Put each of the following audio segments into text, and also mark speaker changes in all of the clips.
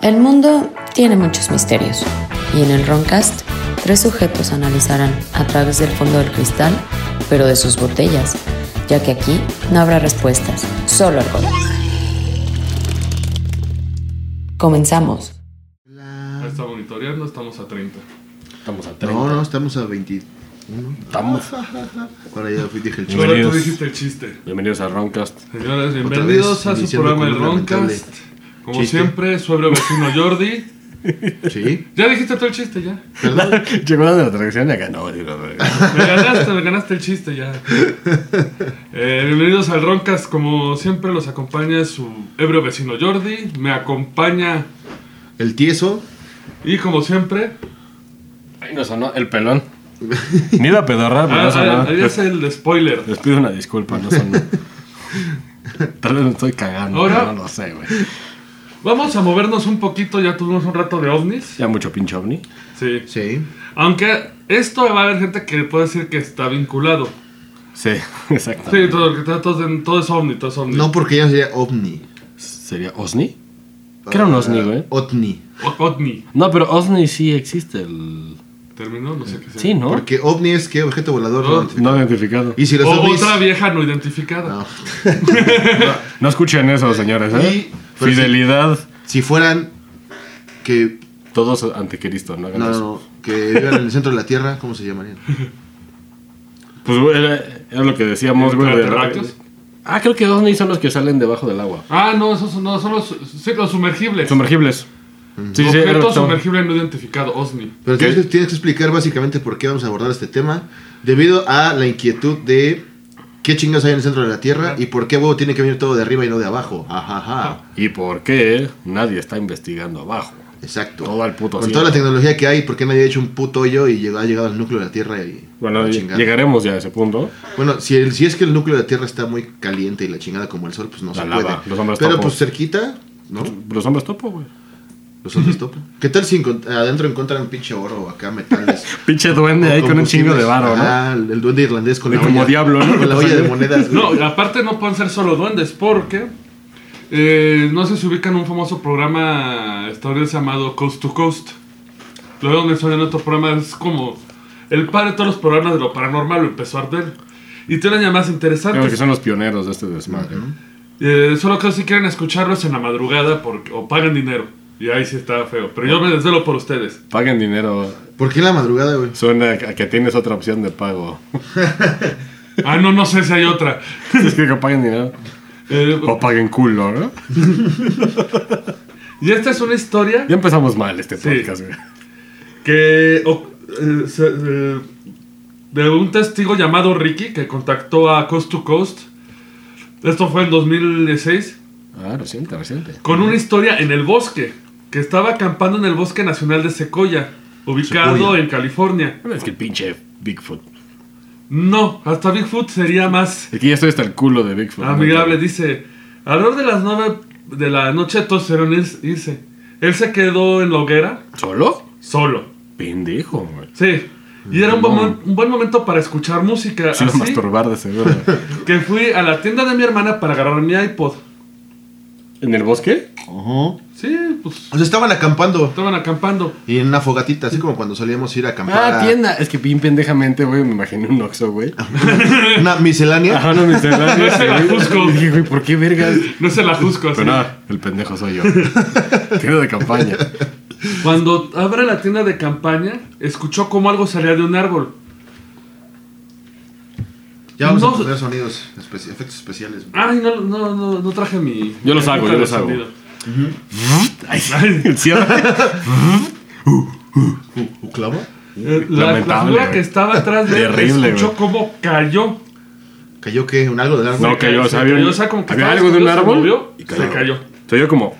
Speaker 1: El mundo tiene muchos misterios y en el Roncast tres sujetos analizarán a través del fondo del cristal, pero de sus botellas, ya que aquí no habrá respuestas, solo algo. Comenzamos.
Speaker 2: Está monitoreando, estamos a 30.
Speaker 3: Estamos a 30.
Speaker 4: No, no, estamos a 21.
Speaker 3: Estamos.
Speaker 4: Para allá fui dije el
Speaker 2: Ahora tú
Speaker 4: chorro.
Speaker 3: Bueno, Bienvenidos.
Speaker 2: dijiste el chiste.
Speaker 3: Bienvenidos a Roncast.
Speaker 2: Señores,
Speaker 4: vez,
Speaker 2: bienvenidos a su
Speaker 4: iniciando
Speaker 2: programa El
Speaker 4: con un lamentable
Speaker 2: Roncast. Como
Speaker 3: chiste.
Speaker 2: siempre, suegro vecino Jordi.
Speaker 4: Sí.
Speaker 2: Ya dijiste todo el chiste, ya.
Speaker 4: Perdón.
Speaker 3: Llegó la de la atracción y acá no, digo,
Speaker 2: Me ganaste, me ganaste el chiste, ya. Eh, bienvenidos al Roncast. Como siempre, los acompaña su ebrio vecino Jordi. Me acompaña,
Speaker 4: El tieso.
Speaker 2: y como siempre,
Speaker 3: Ahí no sonó el pelón. Ni la pedorra, pero
Speaker 2: ah,
Speaker 3: no sonó.
Speaker 2: ah, ahí es el spoiler.
Speaker 3: Les pido una disculpa, no sonó. Tal vez me estoy cagando,
Speaker 2: Ahora-
Speaker 3: pero no lo sé, güey.
Speaker 2: Vamos a movernos un poquito, ya tuvimos un rato de ovnis.
Speaker 3: Ya mucho pinche ovni.
Speaker 2: Sí.
Speaker 4: Sí.
Speaker 2: Aunque esto va a haber gente que puede decir que está vinculado.
Speaker 3: Sí, exacto.
Speaker 2: Sí, todo, lo que está- todo, es- todo es ovni, todo es ovni.
Speaker 4: No porque ya sería ovni. Ah,
Speaker 3: ¿Sería Osni? ¿Qué era un Osni, güey?
Speaker 4: Otni.
Speaker 2: O- ovni.
Speaker 3: No, pero Osni sí existe. El...
Speaker 2: Terminó, no sé qué sea.
Speaker 3: Sí, ¿no?
Speaker 4: Porque ovni es que objeto volador.
Speaker 2: No.
Speaker 4: No.
Speaker 3: No identificado.
Speaker 4: Y si los
Speaker 2: O
Speaker 4: ovnis.
Speaker 2: otra vieja no identificada.
Speaker 4: No.
Speaker 3: No escuchen eso, señores, ¿eh?
Speaker 4: Y- pero sí.
Speaker 3: Fidelidad.
Speaker 4: Si fueran que.
Speaker 3: Todos ante Cristo, ¿no? hagan
Speaker 4: No, no,
Speaker 3: eso.
Speaker 4: no. Que vivan en el centro de la Tierra, ¿cómo se llamarían?
Speaker 3: Pues güey, era, era lo que decíamos, güey. de-
Speaker 2: ¿Extraterráqueos?
Speaker 3: Ah, creo que Osni son los que salen debajo del agua.
Speaker 2: Ah, no, esos son- no, son los, sí, los sumergibles.
Speaker 3: Sumergibles. Sí, sí, era lo
Speaker 2: Objeto
Speaker 3: que estaba-
Speaker 2: sumergible no identificado, OSNI.
Speaker 4: Pero
Speaker 3: ¿Qué?
Speaker 4: tienes que, tienes que explicar básicamente por qué vamos a abordar este tema. Debido a la inquietud de. ¿Qué chingados hay en el centro de la Tierra? ¿Y por qué huevo tiene que venir todo de arriba y no de abajo? Ajaja.
Speaker 3: ¿Y por qué nadie está investigando abajo?
Speaker 4: Exacto.
Speaker 3: Todo al puto
Speaker 4: Con
Speaker 3: cielo.
Speaker 4: toda la tecnología que hay, ¿por qué nadie ha hecho un puto hoyo y llegó- ha llegado al núcleo de la Tierra? Y,
Speaker 3: Bueno,
Speaker 4: la
Speaker 3: ll-
Speaker 4: chingada?
Speaker 3: llegaremos ya a ese punto.
Speaker 4: Bueno, si, el- si es que el núcleo de la Tierra está muy caliente y la chingada como el sol, pues no
Speaker 3: La
Speaker 4: se
Speaker 3: lava,
Speaker 4: puede.
Speaker 3: los hombres
Speaker 4: Pero
Speaker 3: topo.
Speaker 4: pues cerquita, ¿no?
Speaker 3: Los hombres topo, güey.
Speaker 4: Los hombres topo. ¿Qué tal si encont- adentro encuentran pinche oro o acá metales?
Speaker 3: Pinche duende ahí con un chingo de varo, ¿no?
Speaker 4: Ah, el duende irlandés con
Speaker 3: Y
Speaker 4: la
Speaker 3: como
Speaker 4: olla.
Speaker 3: diablo, ¿no?
Speaker 4: Con la olla de monedas, güey.
Speaker 2: No, y aparte no pueden ser solo duendes, porque eh, no sé si ubican un famoso programa estadounidense llamado Coast to Coast. Lo veo mencionado en otro programa, es como el padre de todos los programas de lo paranormal, lo empezó Ardell. Y tiene llamadas
Speaker 3: Creo que
Speaker 2: interesantes.
Speaker 3: son los pioneros de este desmadre.
Speaker 2: Eh, solo que si quieren escucharlo es en la madrugada porque, o pagan dinero. Y ahí sí está feo. Pero yo me desvelo por ustedes.
Speaker 3: Paguen dinero.
Speaker 4: ¿Por qué en la madrugada, güey?
Speaker 3: Suena a que tienes otra opción de pago.
Speaker 2: Ah, no, no sé si hay otra.
Speaker 3: es que paguen dinero.
Speaker 2: Eh,
Speaker 3: O paguen culo, ¿no?
Speaker 2: y esta es una historia
Speaker 3: Ya empezamos mal este
Speaker 2: Sí.
Speaker 3: podcast, güey.
Speaker 2: que o- eh, se- eh, de un testigo llamado Ricky que contactó a Coast to Coast. Esto fue en 2016
Speaker 3: Ah, reciente, reciente.
Speaker 2: con una historia en el bosque que estaba acampando en el bosque nacional de Sequoia, ubicado
Speaker 4: Sequoia.
Speaker 2: en California.
Speaker 3: Bueno, Es que el pinche Bigfoot.
Speaker 2: No, hasta Bigfoot sería más
Speaker 3: Aquí ya estoy hasta el culo de Bigfoot.
Speaker 2: Amigable, Ah, dice. Alrededor de las 9 de la noche todos se irse. Él se quedó en la hoguera
Speaker 3: ¿Solo?
Speaker 2: solo.
Speaker 3: Pendejo, güey.
Speaker 2: Sí. Y era un,
Speaker 3: No.
Speaker 2: buen, un buen momento para escuchar música.
Speaker 3: Se iba a
Speaker 2: así
Speaker 3: masturbar de seguro.
Speaker 2: que fui a la tienda de mi hermana para agarrar mi iPod.
Speaker 3: ¿En el bosque?
Speaker 4: Ojo.
Speaker 2: Sí, pues
Speaker 4: O sea, estaban acampando.
Speaker 2: estaban acampando.
Speaker 4: Y en una fogatita, así como cuando solíamos ir a acampar.
Speaker 3: Ah,
Speaker 4: a-
Speaker 3: tienda. Es que bien pendejamente, güey, me imaginé un Oxxo, güey.
Speaker 4: Una miscelánea.
Speaker 3: Ajá, no me sé nada,
Speaker 2: No es el
Speaker 3: güey.
Speaker 2: Ajusco.
Speaker 3: Dije, güey, ¿por qué vergas?
Speaker 2: No se la juzgo así.
Speaker 3: Pero nada, el pendejo soy yo. Tiro de campaña.
Speaker 2: Cuando abre la tienda de campaña, escuchó como algo salía de un árbol.
Speaker 4: Ya vamos
Speaker 2: No.
Speaker 4: a poner sonidos, espe- efectos especiales.
Speaker 2: Ay, no, no, no, no traje mi.
Speaker 3: Yo los hago, yo los hago. Ay, el cierre.
Speaker 4: ¿Uclavo?
Speaker 2: Eh, La, la
Speaker 3: Lamentable,
Speaker 2: figura
Speaker 3: güey.
Speaker 2: que estaba atrás de él
Speaker 3: Terrible,
Speaker 2: escuchó
Speaker 3: güey.
Speaker 2: cómo cayó.
Speaker 4: ¿Cayó qué? ¿Un algo del árbol?
Speaker 3: No, cayó, o sea,
Speaker 2: Se
Speaker 3: había, un-
Speaker 2: cayó, o sea, como que
Speaker 3: había
Speaker 2: estaba
Speaker 3: algo de un
Speaker 2: escondido, se
Speaker 3: árbol.
Speaker 2: movió
Speaker 3: y
Speaker 2: y se cayó.
Speaker 3: Se oyó como,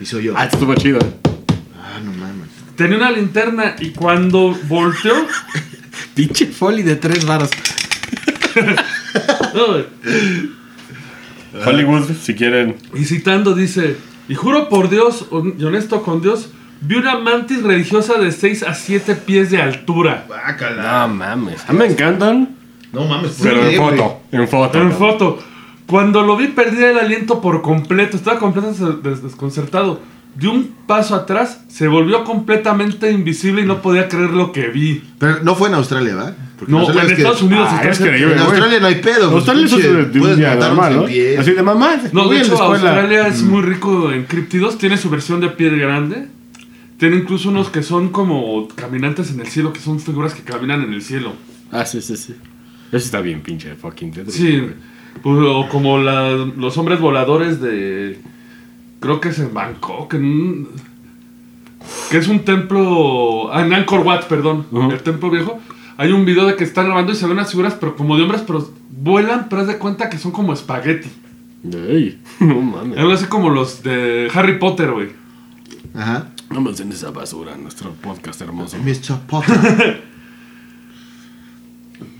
Speaker 4: Y soy yo.
Speaker 3: ah, esto estuvo chido.
Speaker 4: Ah, no mames.
Speaker 2: Tenía una linterna y cuando volteó,
Speaker 3: Pinche foli de tres varas.
Speaker 2: ay,
Speaker 3: Hollywood, si quieren.
Speaker 2: y citando dice, y juro por Dios, hon- y honesto con Dios, vi una mantis religiosa de 6 a 7 pies de altura.
Speaker 4: Bácala.
Speaker 3: No Ah, mames. A mí me encantan,
Speaker 4: No mames, ¿por
Speaker 3: pero
Speaker 4: qué,
Speaker 3: en
Speaker 4: güey?
Speaker 3: foto. En foto.
Speaker 2: En foto. Cuando lo vi perdí el aliento por completo, estaba completamente des- desconcertado. De un paso atrás, se volvió completamente invisible y no podía creer lo que vi.
Speaker 4: Pero no fue en Australia, ¿verdad? Porque
Speaker 2: No,
Speaker 4: Australia
Speaker 2: en
Speaker 4: es que-
Speaker 2: Estados Unidos
Speaker 5: Ah,
Speaker 2: está
Speaker 5: es que
Speaker 2: cerca.
Speaker 5: yo-
Speaker 4: En
Speaker 5: güey.
Speaker 4: Australia no hay pedo. pues,
Speaker 5: Australia es
Speaker 4: pinche,
Speaker 5: de, de un
Speaker 4: puedes
Speaker 5: día
Speaker 4: matar
Speaker 5: normal,
Speaker 4: un
Speaker 5: ¿no?
Speaker 4: pie.
Speaker 5: Así de mamá.
Speaker 2: No, de
Speaker 5: voy a la
Speaker 2: hecho,
Speaker 5: escuela.
Speaker 2: Australia es muy rico en criptidos. Tiene su versión de piel grande. Tiene incluso unos que son como caminantes en el cielo, que son figuras que caminan en el cielo.
Speaker 3: Ah, sí, sí, sí. Eso está bien, pinche fucking Tetris.
Speaker 2: Sí,
Speaker 3: güey.
Speaker 2: pues, o como la- los hombres voladores de. Creo que es en Bangkok. en un- que es un templo. ah, En Angkor Wat, perdón.
Speaker 3: Ujú.
Speaker 2: El templo viejo. Hay un video de que están grabando y se ven unas figuras, pero como de hombres, pero vuelan, pero haz de cuenta que son como espagueti.
Speaker 3: Ey, no mames.
Speaker 2: Algo así como los de Harry Potter, güey.
Speaker 4: Ajá.
Speaker 3: No menciones esa basura en nuestro podcast hermoso.
Speaker 4: Mr. Potter.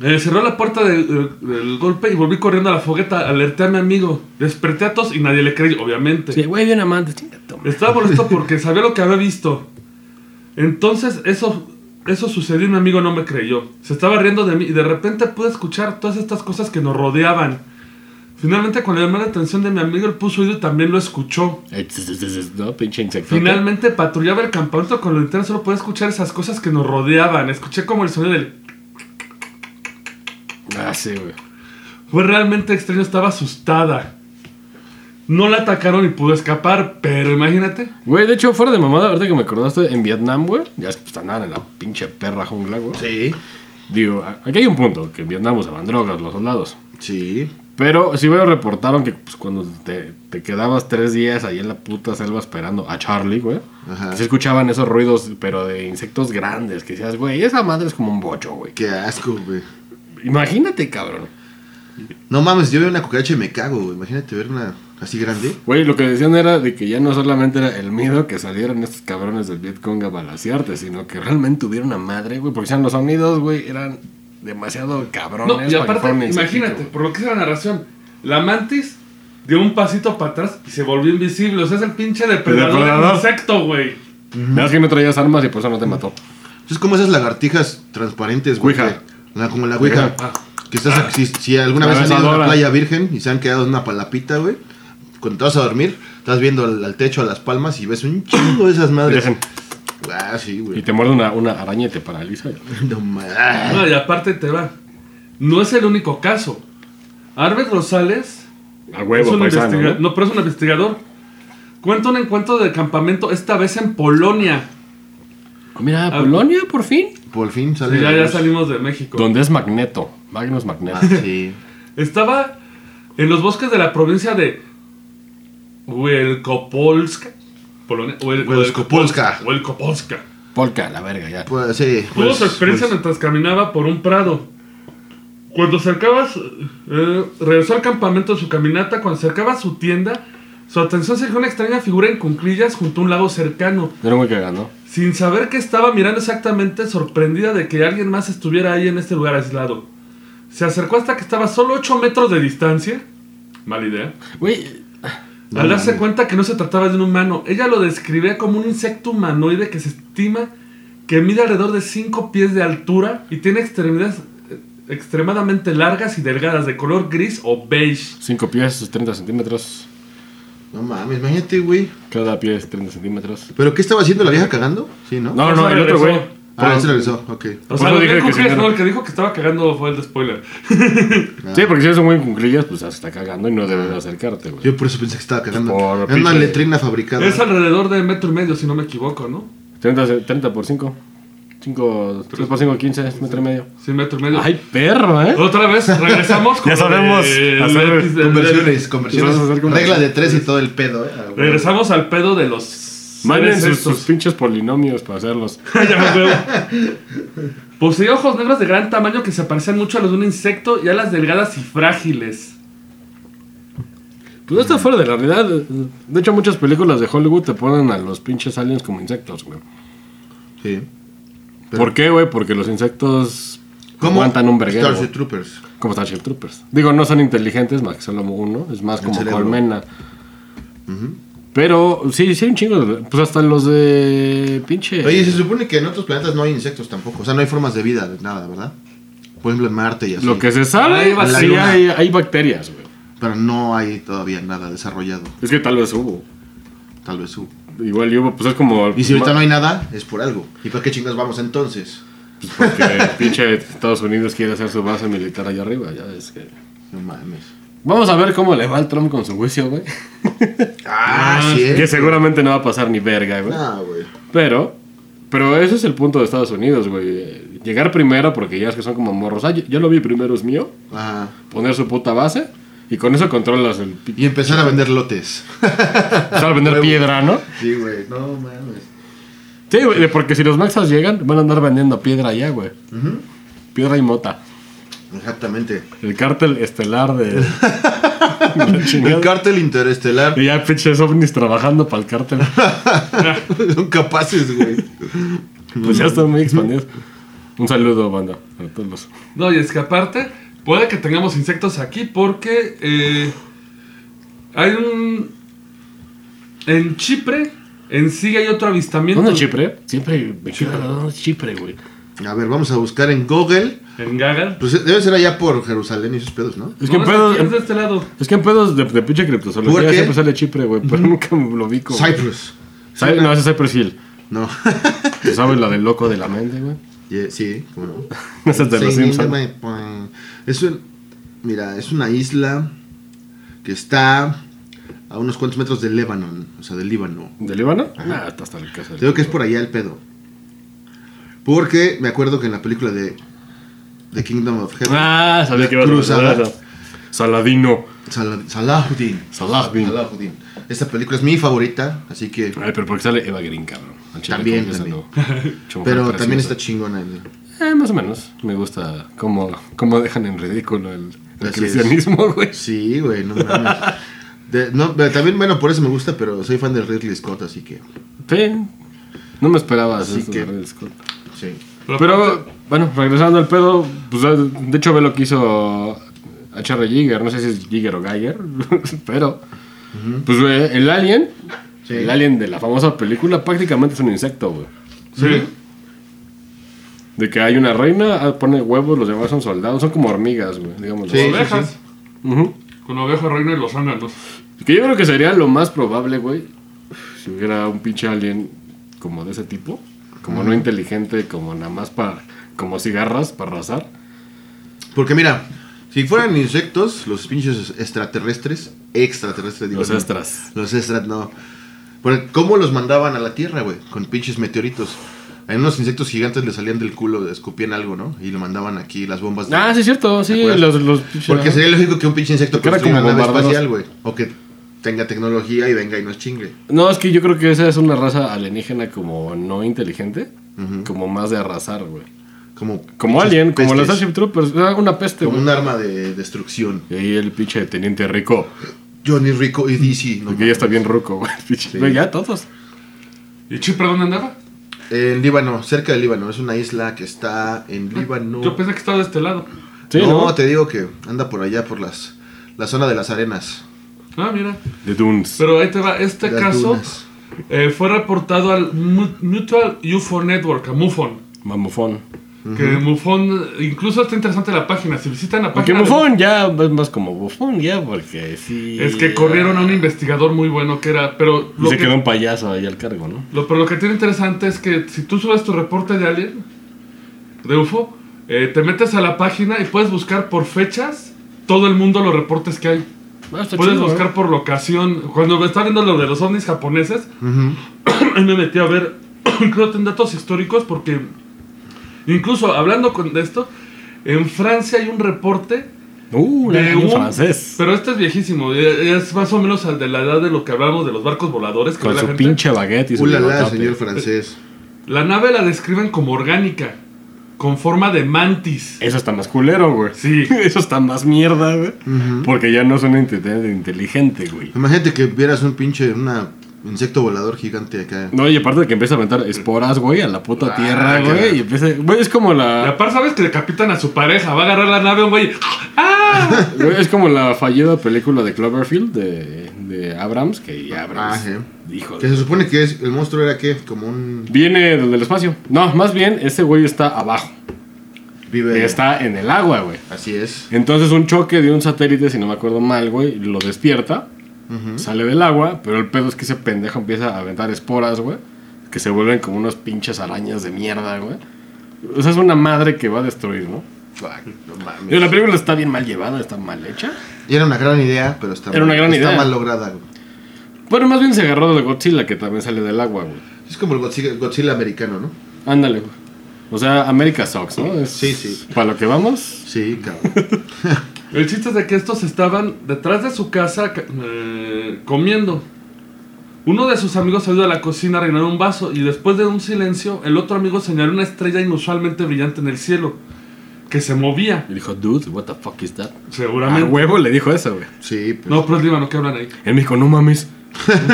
Speaker 2: Eh, cerró la puerta de- de- del golpe y volví corriendo a la fogueta. Alerté a mi amigo. Desperté a todos y nadie le creyó, obviamente.
Speaker 3: Sí, güey, bien amante, chinga tu madre.
Speaker 2: Estaba molesto porque sabía lo que había visto. Entonces, eso, eso sucedió y mi amigo no me creyó. Se estaba riendo de mí y de repente pude escuchar todas estas cosas que nos rodeaban. Finalmente, con la llamada de atención de mi amigo, él puso oído y también lo escuchó.
Speaker 3: Ey, tss, tss, tss, No, pinche insecto.
Speaker 2: Finalmente patrullaba el campamento con linterna, solo podía escuchar esas cosas que nos rodeaban. Escuché como el sonido del
Speaker 3: Ah, sí, güey.
Speaker 2: Fue realmente extraño, estaba asustada. No la atacaron y pudo escapar, pero imagínate.
Speaker 3: Güey, de hecho, fuera de mamada, ahorita que me acordaste, en Vietnam, güey, ya es- pues andaban en la pinche perra jungla, güey.
Speaker 4: Sí.
Speaker 3: Digo, a- aquí hay un punto, que en Vietnam usaban drogas los soldados.
Speaker 4: Sí.
Speaker 3: Pero sí, güey, reportaron que pues, cuando te, te quedabas tres días ahí en la puta selva esperando a Charlie, güey,
Speaker 4: Ajá.
Speaker 3: se escuchaban esos ruidos, pero de insectos grandes, que decías, güey, esa madre es como un bocho, güey.
Speaker 4: Qué asco, güey.
Speaker 3: Imagínate, cabrón.
Speaker 4: No mames, yo veo una cucaracha y me cago, güey. Imagínate ver una así grande.
Speaker 3: Güey, lo que decían era de que ya no solamente era el miedo que salieran estos cabrones del Vietcong a balasearte, sino que realmente hubiera una madre, güey, porque sean los sonidos, güey, eran demasiado cabrones.
Speaker 2: No, y
Speaker 3: para que
Speaker 2: aparte,
Speaker 3: fuera un insectito,
Speaker 2: imagínate, por lo que es la narración, la mantis dio un pasito para atrás y se volvió invisible. O sea, es el pinche depredador,
Speaker 3: depredador.
Speaker 2: del insecto, güey.
Speaker 3: güey. Nada más que no traías armas y por eso no te mató.
Speaker 4: Es como esas lagartijas transparentes, güey.
Speaker 3: Ouija.
Speaker 4: que- la- como la ouija.
Speaker 2: Ah.
Speaker 3: Ouija. Ah.
Speaker 4: Que estás, si, si alguna
Speaker 3: La
Speaker 4: vez han ido a una
Speaker 3: besadora.
Speaker 4: playa virgen y se han quedado en una palapita, güey. Cuando te vas a dormir, estás viendo al, al techo, a las palmas y ves un chingo de esas
Speaker 3: Y
Speaker 4: madres.
Speaker 3: dejan-
Speaker 4: Ah, sí,
Speaker 3: Y
Speaker 4: güey.
Speaker 3: te muerde una, una araña y te paraliza.
Speaker 4: No mames.
Speaker 2: No, y aparte te va. No es el único caso. Arbet Rosales
Speaker 3: A
Speaker 2: es
Speaker 3: huevo,
Speaker 2: un
Speaker 3: paisano.
Speaker 2: investiga-
Speaker 3: ¿no?
Speaker 2: no, pero es un investigador. Cuenta un encuentro de campamento, esta vez en Polonia.
Speaker 3: Ah, Mira, Polonia, por fin.
Speaker 4: Por fin sale.
Speaker 2: Ya,
Speaker 4: la
Speaker 2: ya
Speaker 4: luz.
Speaker 2: salimos de México.
Speaker 3: Donde es Magneto. Magnus Magneto.
Speaker 4: Ah, sí.
Speaker 2: Estaba en los bosques de la provincia de Wielkopolska. Polonia. Wiel-
Speaker 4: Pues, Wielkopolska.
Speaker 2: Wielkopolska.
Speaker 3: Polka, la verga, ya.
Speaker 4: Pues, sí.
Speaker 2: Tuvo
Speaker 4: pues,
Speaker 2: su experiencia
Speaker 4: pues,
Speaker 2: mientras caminaba por un prado. Cuando acercaba, su- eh, regresó al campamento de su caminata, cuando acercaba a su tienda, su atención se fijó en una extraña figura en cunclillas junto a un lago cercano.
Speaker 3: Era muy cagando.
Speaker 2: Sin saber qué estaba mirando exactamente, sorprendida de que alguien más estuviera ahí en este lugar aislado. Se acercó hasta que estaba a solo 8 metros de distancia. Mala idea.
Speaker 3: Güey,
Speaker 2: Al darse cuenta que no se trataba de un humano, ella lo describía como un insecto humanoide que se estima que mide alrededor de 5 pies de altura y tiene extremidades eh, extremadamente largas y delgadas de color gris o beige.
Speaker 3: cinco pies, 30 centímetros.
Speaker 4: No mames, imagínate, güey.
Speaker 3: Cada pie es 30 centímetros.
Speaker 4: ¿Pero qué estaba haciendo la vieja cagando? Sí, ¿no?
Speaker 3: No,
Speaker 2: Por eso
Speaker 3: no, el otro güey.
Speaker 2: regresó.
Speaker 4: Ah, ese regresó, ok.
Speaker 2: O
Speaker 3: Por
Speaker 2: sea,
Speaker 3: eso
Speaker 2: lo
Speaker 3: dije
Speaker 2: que
Speaker 3: que
Speaker 2: dijo que es,
Speaker 3: señora.
Speaker 2: no, el que dijo que estaba cagando fue el de spoiler.
Speaker 3: Sí, porque si eres un güey con cuclillas, pues se está cagando y no debes acercarte, güey.
Speaker 4: Yo por eso pensé que estaba cagando.
Speaker 3: Por
Speaker 4: Era una
Speaker 3: pinche-
Speaker 4: letrina fabricada.
Speaker 2: Es alrededor de metro y medio, si no me equivoco, ¿no?
Speaker 3: 30, ce- 30 por 5. 5, 3 por 5, 15, es metro y medio.
Speaker 2: Sí, metro y medio.
Speaker 3: Ay, perro, eh.
Speaker 2: Otra vez regresamos con
Speaker 3: Ya sabemos
Speaker 2: el
Speaker 3: hacer
Speaker 2: X del-
Speaker 4: Conversiones,
Speaker 3: Vas a hacer
Speaker 4: conversiones.
Speaker 3: conversiones.
Speaker 4: Regla de tres y todo el pedo, eh. Ah, güey.
Speaker 2: Regresamos al pedo de los...
Speaker 3: Manden
Speaker 2: seres
Speaker 3: sus,
Speaker 2: estos.
Speaker 3: sus pinches polinomios para hacerlos.
Speaker 2: Ya me veo. Poseía ojos negros de gran tamaño que se parecían mucho a los de un insecto y alas delgadas y frágiles.
Speaker 3: Pues está fuera de la realidad. De hecho, muchas películas de Hollywood te ponen a los pinches aliens como insectos, güey.
Speaker 4: Sí. Pero-
Speaker 3: ¿Por qué, güey? Porque los insectos
Speaker 4: ¿Cómo?
Speaker 3: aguantan un verguero.
Speaker 4: Starship Troopers.
Speaker 3: Como Starship Troopers. Digo, no son inteligentes, más que solo uno. Es más
Speaker 4: El
Speaker 3: como
Speaker 4: cerebro.
Speaker 3: colmena. Pero sí, sí hay un chingo de... Pues hasta los de pinche...
Speaker 4: Oye, se supone que en otros planetas no hay insectos tampoco. O sea, no hay formas de vida, nada, ¿verdad? Por ejemplo, en Marte y así.
Speaker 3: lo que se sabe,
Speaker 2: Ahí va
Speaker 3: sí
Speaker 2: la luna.
Speaker 3: hay, hay bacterias, güey.
Speaker 4: Pero no hay todavía nada desarrollado.
Speaker 3: Es que tal vez hubo.
Speaker 4: Tal vez hubo.
Speaker 3: Igual y hubo, pues es como.
Speaker 4: Y si ahorita no hay nada, es por algo. ¿Y para qué chingas vamos entonces?
Speaker 3: Pues porque pinche Estados Unidos quiere hacer su base militar allá arriba, ya es que.
Speaker 4: No mames.
Speaker 3: Vamos a ver cómo le va al Trump con su juicio, güey.
Speaker 4: Ah, sí. es.
Speaker 3: Que seguramente no va a pasar ni verga, güey.
Speaker 4: Ah, güey.
Speaker 3: Pero, pero ese es el punto de Estados Unidos, güey. Llegar primero, porque ya es que son como morros. Ah, yo, yo lo vi primero, es mío.
Speaker 4: Ajá.
Speaker 3: Poner su puta base. Y con eso controlas el. pi-
Speaker 4: Y empezar a vender lotes.
Speaker 3: Empezar a vender piedra, ¿no?
Speaker 4: Sí, güey. No mames.
Speaker 3: Sí, güey, de- porque si los mexas llegan, van a andar vendiendo piedra allá, güey. Piedra y mota.
Speaker 4: Exactamente.
Speaker 3: El cártel estelar de. de la
Speaker 4: El
Speaker 3: chingada.
Speaker 4: cártel interestelar.
Speaker 3: Y ya pinches ovnis trabajando para el cártel.
Speaker 4: Son capaces, güey.
Speaker 3: Pues ya están muy expandidos. Un saludo, banda. A todos los.
Speaker 2: No, y es que aparte, puede que tengamos insectos aquí porque eh, hay un... En Chipre, en sí hay otro avistamiento.
Speaker 3: ¿Dónde es Chipre? Siempre me queda la duda, ¿Dónde es Chipre, güey?
Speaker 4: A ver, vamos a buscar en Google.
Speaker 2: En Gagal.
Speaker 4: Pues debe ser allá por Jerusalén y sus pedos, ¿no?
Speaker 3: Es que en
Speaker 2: No,
Speaker 3: pedos.
Speaker 2: aquí es de este lado.
Speaker 3: Es que en pedos de, de pinche
Speaker 4: ¿Por
Speaker 3: criptozoología
Speaker 4: qué?
Speaker 3: siempre sale Chipre, güey, pero nunca lo vi como.
Speaker 4: Cyprus.
Speaker 3: Cy- No, ese es Cypress Hill.
Speaker 4: No.
Speaker 3: ¿Tú ¿Sabes la del loco de la mente, güey?
Speaker 4: Yeah, sí, cómo no.
Speaker 3: Esa es de los
Speaker 4: Sí,
Speaker 3: Simpsons.
Speaker 4: mírame, pues, Es un- mira, es una isla que está a unos cuantos metros del Líbano, o sea, del Líbano.
Speaker 3: ¿De Líbano? Ah, hasta el caso.
Speaker 4: Creo que es por allá el pedo. Porque me acuerdo que en la película de The Kingdom of Heaven,
Speaker 3: Ah, sabía que iba a
Speaker 4: Cruzada.
Speaker 3: pasar eso. Saladino.
Speaker 4: Sala- Salahuddin,
Speaker 3: Salahuddin. Ah.
Speaker 4: Salahuddin. Esta película es mi favorita, así que.
Speaker 3: Ay, pero porque sale Eva Green, cabrón. Al chile,
Speaker 4: También,
Speaker 3: como que
Speaker 4: también.
Speaker 3: salió. Chuma
Speaker 4: Pero
Speaker 3: preciosa.
Speaker 4: también está chingona. el-
Speaker 3: Eh, más o menos. Me gusta cómo, cómo dejan en ridículo el, el
Speaker 4: Así es.
Speaker 3: cristianismo, güey.
Speaker 4: Sí, güey, no mames. De- no, pero también, bueno, por eso me gusta, pero soy fan de Ridley Scott, así que.
Speaker 3: Sí. No me esperaba
Speaker 4: Así
Speaker 3: eso
Speaker 4: que-
Speaker 3: de Ridley Scott.
Speaker 4: Sí.
Speaker 2: Pero, aparte-
Speaker 3: Pero, bueno, regresando al pedo, pues de hecho ve lo que hizo H.R. Giger, no sé si es Giger o Geiger, pero pues güey, el alien,
Speaker 4: Sí.
Speaker 3: el alien de la famosa película prácticamente es un insecto, güey.
Speaker 2: Sí.
Speaker 3: De que hay una reina, ah, pone huevos, los demás son soldados, son como hormigas, güey, digamos.
Speaker 4: Sí.
Speaker 2: Ovejas.
Speaker 3: Ujú.
Speaker 2: Con oveja reina y los ánganos.
Speaker 3: Que yo creo que sería lo más probable, güey, si hubiera un pinche alien como de ese tipo, como no inteligente, como nada más para, como cigarras para arrasar.
Speaker 4: Porque mira, si fueran insectos, los pinches extraterrestres, extraterrestres, digo.
Speaker 3: Los
Speaker 4: no.
Speaker 3: extras.
Speaker 4: Los extras, no. Porque, ¿Cómo los mandaban a la Tierra, güey? Con pinches meteoritos. A unos insectos gigantes le salían del culo, escupían algo, ¿no? Y lo mandaban aquí, las bombas. de-
Speaker 3: Ah, sí, es cierto, sí,
Speaker 4: acuerdas?
Speaker 3: los, los pinches-
Speaker 4: Porque sería lógico que un pinche insecto
Speaker 3: Porque era
Speaker 4: construya
Speaker 3: como
Speaker 4: una nave
Speaker 3: bombarderos.
Speaker 4: espacial, güey. O que tenga tecnología y venga y nos chingue.
Speaker 3: No, es que yo creo que esa es una raza alienígena como no inteligente, como más de arrasar, güey.
Speaker 4: Como,
Speaker 3: Como
Speaker 4: pinches
Speaker 3: alien, como los
Speaker 4: pestes.
Speaker 3: Starship Troopers, era una peste,
Speaker 4: Como
Speaker 3: güey.
Speaker 4: un arma de destrucción.
Speaker 3: Y ahí el pinche teniente rico,
Speaker 4: Johnny Rico y DC. No
Speaker 3: porque ya está bien ruco, güey. pinche. Güey, Ya todos.
Speaker 2: ¿Y Chipre dónde andaba?
Speaker 4: En Líbano, cerca del Líbano. Es una isla que está en Líbano.
Speaker 2: Yo pensé que estaba de este lado.
Speaker 3: Sí,
Speaker 4: no,
Speaker 3: ¿no?
Speaker 4: te digo que anda por allá, por las la zona de las arenas.
Speaker 2: Ah, mira.
Speaker 3: De Dunes.
Speaker 2: Pero ahí te va. Este
Speaker 4: Las
Speaker 2: caso
Speaker 4: dunas.
Speaker 2: eh, fue reportado al Mu- Mutual UFO Network, a MUFON.
Speaker 3: Mamofón.
Speaker 2: Que MUFON, incluso está interesante la página. Si visitan la
Speaker 3: Porque
Speaker 2: página. de-
Speaker 3: mufón ya es más como bufón, ya, porque sí.
Speaker 2: Es que corrieron a un investigador muy bueno que era. Pero
Speaker 3: Y
Speaker 2: lo
Speaker 3: se
Speaker 2: que,
Speaker 3: quedó un payaso ahí al cargo, ¿no?
Speaker 2: lo- pero lo que tiene interesante es que si tú subes tu reporte de alien, de UFO, eh, te metes a la página y puedes buscar por fechas todo el mundo los reportes que hay.
Speaker 3: Ah, está
Speaker 2: Puedes
Speaker 3: chido,
Speaker 2: buscar
Speaker 3: ¿eh?
Speaker 2: por locación. Cuando me estaba viendo lo de los ovnis japoneses, ahí me metí a ver, creo que en datos históricos, porque incluso hablando con de esto, en Francia hay un reporte
Speaker 3: Uh,
Speaker 2: de
Speaker 3: un
Speaker 2: un
Speaker 3: francés.
Speaker 2: Pero este es viejísimo, eh, es más o menos al de la edad de lo que hablamos de los barcos voladores. Que ve
Speaker 3: Con
Speaker 2: la,
Speaker 3: su
Speaker 2: gente.
Speaker 3: pinche baguette y su
Speaker 4: Ulala,
Speaker 3: bigotote.
Speaker 4: señor francés.
Speaker 2: la nave la describen como orgánica, con forma de mantis.
Speaker 3: Eso está más culero, güey.
Speaker 2: Sí.
Speaker 3: Eso está más mierda, güey. Porque ya no suena inte- inteligente, güey.
Speaker 4: Imagínate que vieras un pinche una insecto volador gigante acá.
Speaker 3: No, y aparte de que empieza a aventar esporas, güey, a la puta tierra,
Speaker 4: qué
Speaker 3: güey.
Speaker 4: raro.
Speaker 3: Y empieza. Güey, es como
Speaker 2: Y
Speaker 3: la.
Speaker 2: aparte, ¿sabes que decapitan a su pareja? Va a agarrar la nave un güey. ¡Ah!
Speaker 3: güey, es como la fallida película de Cloverfield de, de Abrams, que ya Abrams.
Speaker 4: Ah,
Speaker 3: Hijo
Speaker 4: Que
Speaker 3: de.
Speaker 4: se supone que es el monstruo era que como un
Speaker 3: Viene del del espacio. No, más bien, ese güey está abajo.
Speaker 4: Vive.
Speaker 3: está en el agua, güey.
Speaker 4: Así es.
Speaker 3: Entonces un choque de un satélite, si no me acuerdo mal, güey, lo despierta, sale del agua, pero el pedo es que ese pendejo empieza a aventar esporas, güey, que se vuelven como unas pinches arañas de mierda, güey. O sea, es una madre que va a destruir, ¿no?
Speaker 4: Fuck, no mames.
Speaker 3: Digo, la película está bien mal llevada, está mal hecha.
Speaker 4: Y era una gran idea, pero está,
Speaker 3: Era una gran
Speaker 4: está
Speaker 3: idea.
Speaker 4: mal lograda. güey.
Speaker 3: Bueno, más bien se agarró de Godzilla, que también sale del agua, güey.
Speaker 4: Es como el Godzilla, Godzilla americano, ¿no?
Speaker 3: Ándale, güey. O sea, América Sox, ¿no? Es-
Speaker 4: Sí, sí.
Speaker 3: Para lo que vamos,
Speaker 4: Sí, cabrón.
Speaker 2: El chiste es de que estos estaban detrás de su casa ca- eh, comiendo. Uno de sus amigos salió de la cocina a arreglar un vaso y después de un silencio, el otro amigo señaló una estrella inusualmente brillante en el cielo que se movía,
Speaker 3: le dijo, dude, what the fuck is that? A
Speaker 4: Ah,
Speaker 2: seguramente.
Speaker 3: huevo le dijo eso, güey.
Speaker 4: Sí, pues.
Speaker 2: no, pero es libano, ¿qué hablan ahí?
Speaker 3: Él me dijo, no mames.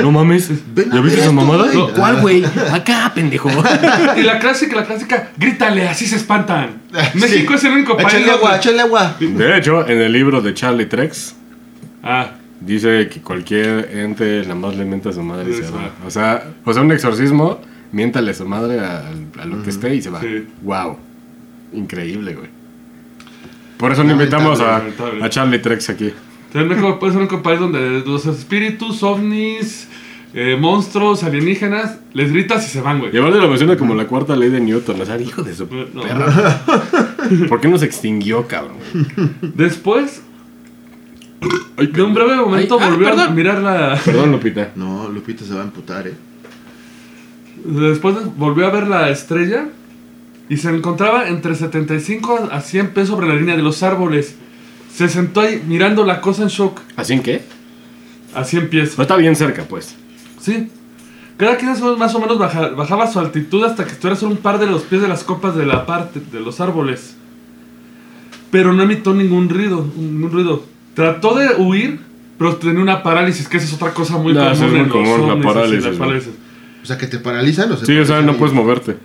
Speaker 3: No mames.
Speaker 4: Ven a
Speaker 3: ¿Ya
Speaker 4: ver
Speaker 3: viste esa
Speaker 4: esto,
Speaker 3: mamada?
Speaker 4: güey.
Speaker 3: No, ¿Cuál, güey? Acá, pendejo.
Speaker 2: Y la clásica, la clásica, grítale, así se espantan.
Speaker 4: Sí.
Speaker 2: México es el único país.
Speaker 4: Échale agua,
Speaker 2: donde-
Speaker 4: échale agua.
Speaker 3: De hecho, en el libro de Charlie Trex
Speaker 2: Ah,
Speaker 3: dice que cualquier ente nada más le mienta a su madre y se
Speaker 2: Sí,
Speaker 3: va. O sea, o sea, un exorcismo, miéntale a su madre a, a lo que esté y se va.
Speaker 2: Sí.
Speaker 3: Wow. Increíble, güey. Por eso no
Speaker 4: Lamentable,
Speaker 3: invitamos a,
Speaker 2: lamentable.
Speaker 3: a Charlie Trex aquí.
Speaker 2: es el único- es el único país donde los espíritus, ovnis, eh, monstruos, alienígenas, les gritas y se van, güey.
Speaker 3: Y aparte lo menciona como la cuarta ley de Newton. O sea, hijo de su
Speaker 2: No.
Speaker 3: perra. ¿Por qué nos extinguió, cabrón?
Speaker 2: Después,
Speaker 3: Ay,
Speaker 2: de un breve momento,
Speaker 3: Ay, ah,
Speaker 2: volvió a
Speaker 3: perdón.
Speaker 2: mirar la.
Speaker 3: Perdón, Lupita.
Speaker 4: No, Lupita se va a emputar, eh.
Speaker 2: Después de- volvió a ver la estrella y se encontraba entre 75 a 100 pies sobre la línea de los árboles. Se sentó ahí mirando la cosa en shock
Speaker 3: ¿Así en qué?
Speaker 2: a 100 pies.
Speaker 3: No está bien cerca, pues.
Speaker 2: Sí. Cada quien más o menos baja- bajaba su altitud hasta que estuviera solo un par de los pies de las copas de la parte de los árboles. Pero no emitió ningún ruido, ningún ruido. Trató de huir, pero tenía una parálisis, que esa es otra cosa muy
Speaker 3: No,
Speaker 2: común
Speaker 3: eso es muy
Speaker 2: en los
Speaker 3: común, la
Speaker 2: ovnis, así,
Speaker 3: parálisis,
Speaker 2: las
Speaker 3: ¿no?
Speaker 2: parálisis.
Speaker 4: O sea, que te paralizan o se
Speaker 3: Sí, o sea,
Speaker 4: paralizan
Speaker 3: no
Speaker 4: y-
Speaker 3: puedes moverte.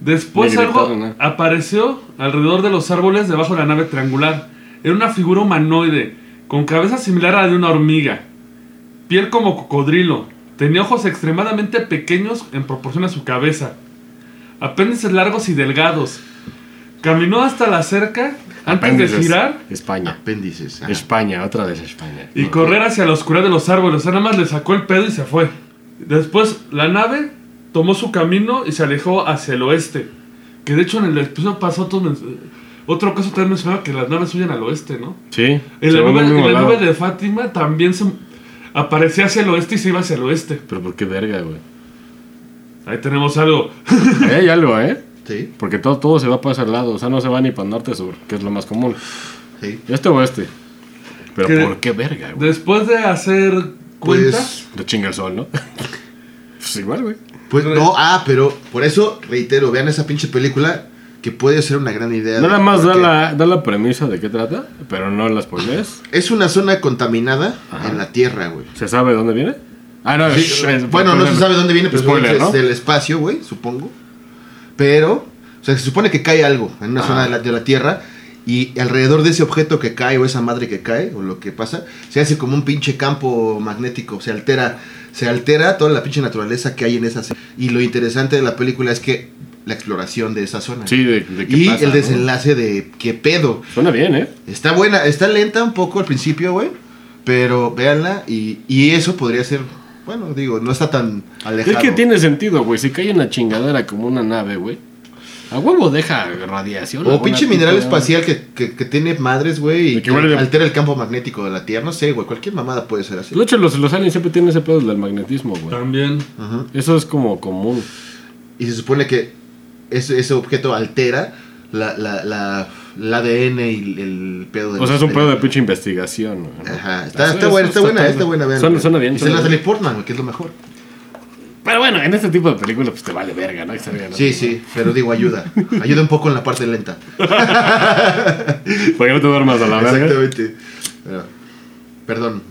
Speaker 2: Después
Speaker 3: Ni gritaron,
Speaker 2: algo
Speaker 3: ¿eh?
Speaker 2: apareció alrededor de los árboles debajo de la nave triangular. Era una figura humanoide, con cabeza similar a la de una hormiga, piel como cocodrilo, tenía ojos extremadamente pequeños en proporción a su cabeza, apéndices largos y delgados. Caminó hasta la cerca antes de
Speaker 3: Apéndices.
Speaker 2: girar Ah.
Speaker 3: España.
Speaker 4: Apéndices. ajá.
Speaker 3: España, otra vez España.
Speaker 2: y correr hacia la oscuridad de los árboles. O sea, nada más le sacó el pedo y se fue. Después la nave tomó su camino y se alejó hacia el oeste. Que de hecho en el episodio pasó otro, men- otro caso también mencionaba que las naves huyen al oeste, ¿no?
Speaker 3: Sí.
Speaker 2: En
Speaker 3: se
Speaker 2: la,
Speaker 3: van
Speaker 2: nube,
Speaker 3: del
Speaker 2: en
Speaker 3: mismo
Speaker 2: la
Speaker 3: lado.
Speaker 2: nube de Fátima también se aparecía hacia el oeste y se iba hacia el oeste.
Speaker 3: Pero por qué verga, güey.
Speaker 2: Ahí tenemos algo.
Speaker 3: Eh, Hay algo, ¿eh?
Speaker 4: Sí,
Speaker 3: Porque todo, todo se va para ese lado. O sea, no se va ni para norte-sur, que es lo más común.
Speaker 4: sí.
Speaker 3: Este o este. Pero
Speaker 2: Que-
Speaker 3: por qué verga, güey.
Speaker 2: Después de hacer cuentas,
Speaker 4: Pues,
Speaker 3: Lo chinga el sol, ¿no? pues igual, güey.
Speaker 4: pues no, ah, pero por eso reitero, vean esa pinche película que puede ser una gran idea.
Speaker 3: Nada
Speaker 4: de-
Speaker 3: más da
Speaker 4: porque
Speaker 3: la, da la premisa de qué trata, pero no las spoilers.
Speaker 4: Es una zona contaminada
Speaker 3: Ajá.
Speaker 4: en la Tierra, güey.
Speaker 3: ¿Se sabe dónde viene? Ah, no.
Speaker 4: Sí,
Speaker 3: sh- es-
Speaker 4: bueno, no se sabe dónde viene, pero
Speaker 3: Spoiler,
Speaker 4: es
Speaker 3: ¿no?
Speaker 4: del espacio, güey, supongo. Pero, o sea, se supone que cae algo en una
Speaker 3: Ah.
Speaker 4: zona de la, de la Tierra y alrededor de ese objeto que cae o esa madre que cae o lo que pasa, se hace como un pinche campo magnético, se altera, se altera toda la pinche naturaleza que hay en esa zona. Y lo interesante de la película es que la exploración de esa zona.
Speaker 3: Sí, de, de qué
Speaker 4: y
Speaker 3: pasa,
Speaker 4: el
Speaker 3: ¿no?
Speaker 4: desenlace de qué pedo.
Speaker 3: Suena bien, ¿eh?
Speaker 4: Está buena, está lenta un poco al principio, güey. Pero véanla y, y eso podría ser, bueno, digo, no está tan alejado.
Speaker 3: Es que tiene sentido, güey. Si cae una chingadera como una nave, güey. A huevo deja radiación.
Speaker 4: O
Speaker 3: alguna
Speaker 4: pinche mineral
Speaker 3: puta-
Speaker 4: espacial que, que, que tiene madres, güey, y
Speaker 3: De
Speaker 4: que
Speaker 3: que huele-
Speaker 4: altera el campo magnético de la Tierra. No sé, güey, cualquier mamada puede ser así.
Speaker 3: De hecho, los, los aliens siempre tienen ese pedo del magnetismo, güey.
Speaker 2: también
Speaker 4: Ajá.
Speaker 3: Eso es como común.
Speaker 4: Y se supone que ese, ese objeto altera la, la, la, el ADN y el pedo de
Speaker 3: O sea, es un pedo de pinche investigación, güey.
Speaker 4: Ajá, está,
Speaker 3: Eso-
Speaker 4: está
Speaker 3: eso
Speaker 4: buena, está buena,
Speaker 3: padre.
Speaker 4: está buena, vean.
Speaker 3: Suena, suena bien.
Speaker 4: Y se
Speaker 3: suena
Speaker 4: la
Speaker 3: bien.
Speaker 4: sale Portman, güey, que es lo mejor.
Speaker 3: Pero bueno, en este tipo de películas, pues te vale verga, ¿no? Que salga, ¿no?
Speaker 4: Sí, sí, pero digo, ayuda. Ayuda un poco en la parte lenta.
Speaker 3: Para que no te duermas a la verga.
Speaker 4: Exactamente. Pero, perdón.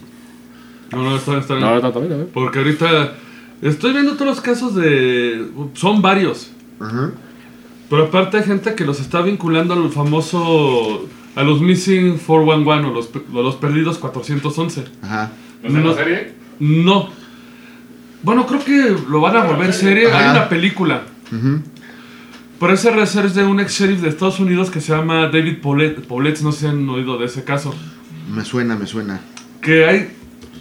Speaker 2: no, no, está, está bien.
Speaker 3: No, no, también, a ver.
Speaker 2: Porque ahorita estoy viendo todos los casos de... Son varios.
Speaker 4: Ajá.
Speaker 2: Pero aparte hay gente que los está vinculando al famoso... A los Missing 411 o los, pe- o los Perdidos 411.
Speaker 4: Ajá.
Speaker 2: ¿Los de la
Speaker 3: serie?
Speaker 2: No. Bueno, creo que lo van a volver serie.
Speaker 4: Ajá.
Speaker 2: Hay una película.
Speaker 4: Ujú.
Speaker 2: Pero ese reser es de un ex sheriff de Estados Unidos que se llama David Paulet- Paulets, no sé si han oído de ese caso.
Speaker 4: Me suena, me suena.
Speaker 2: Que hay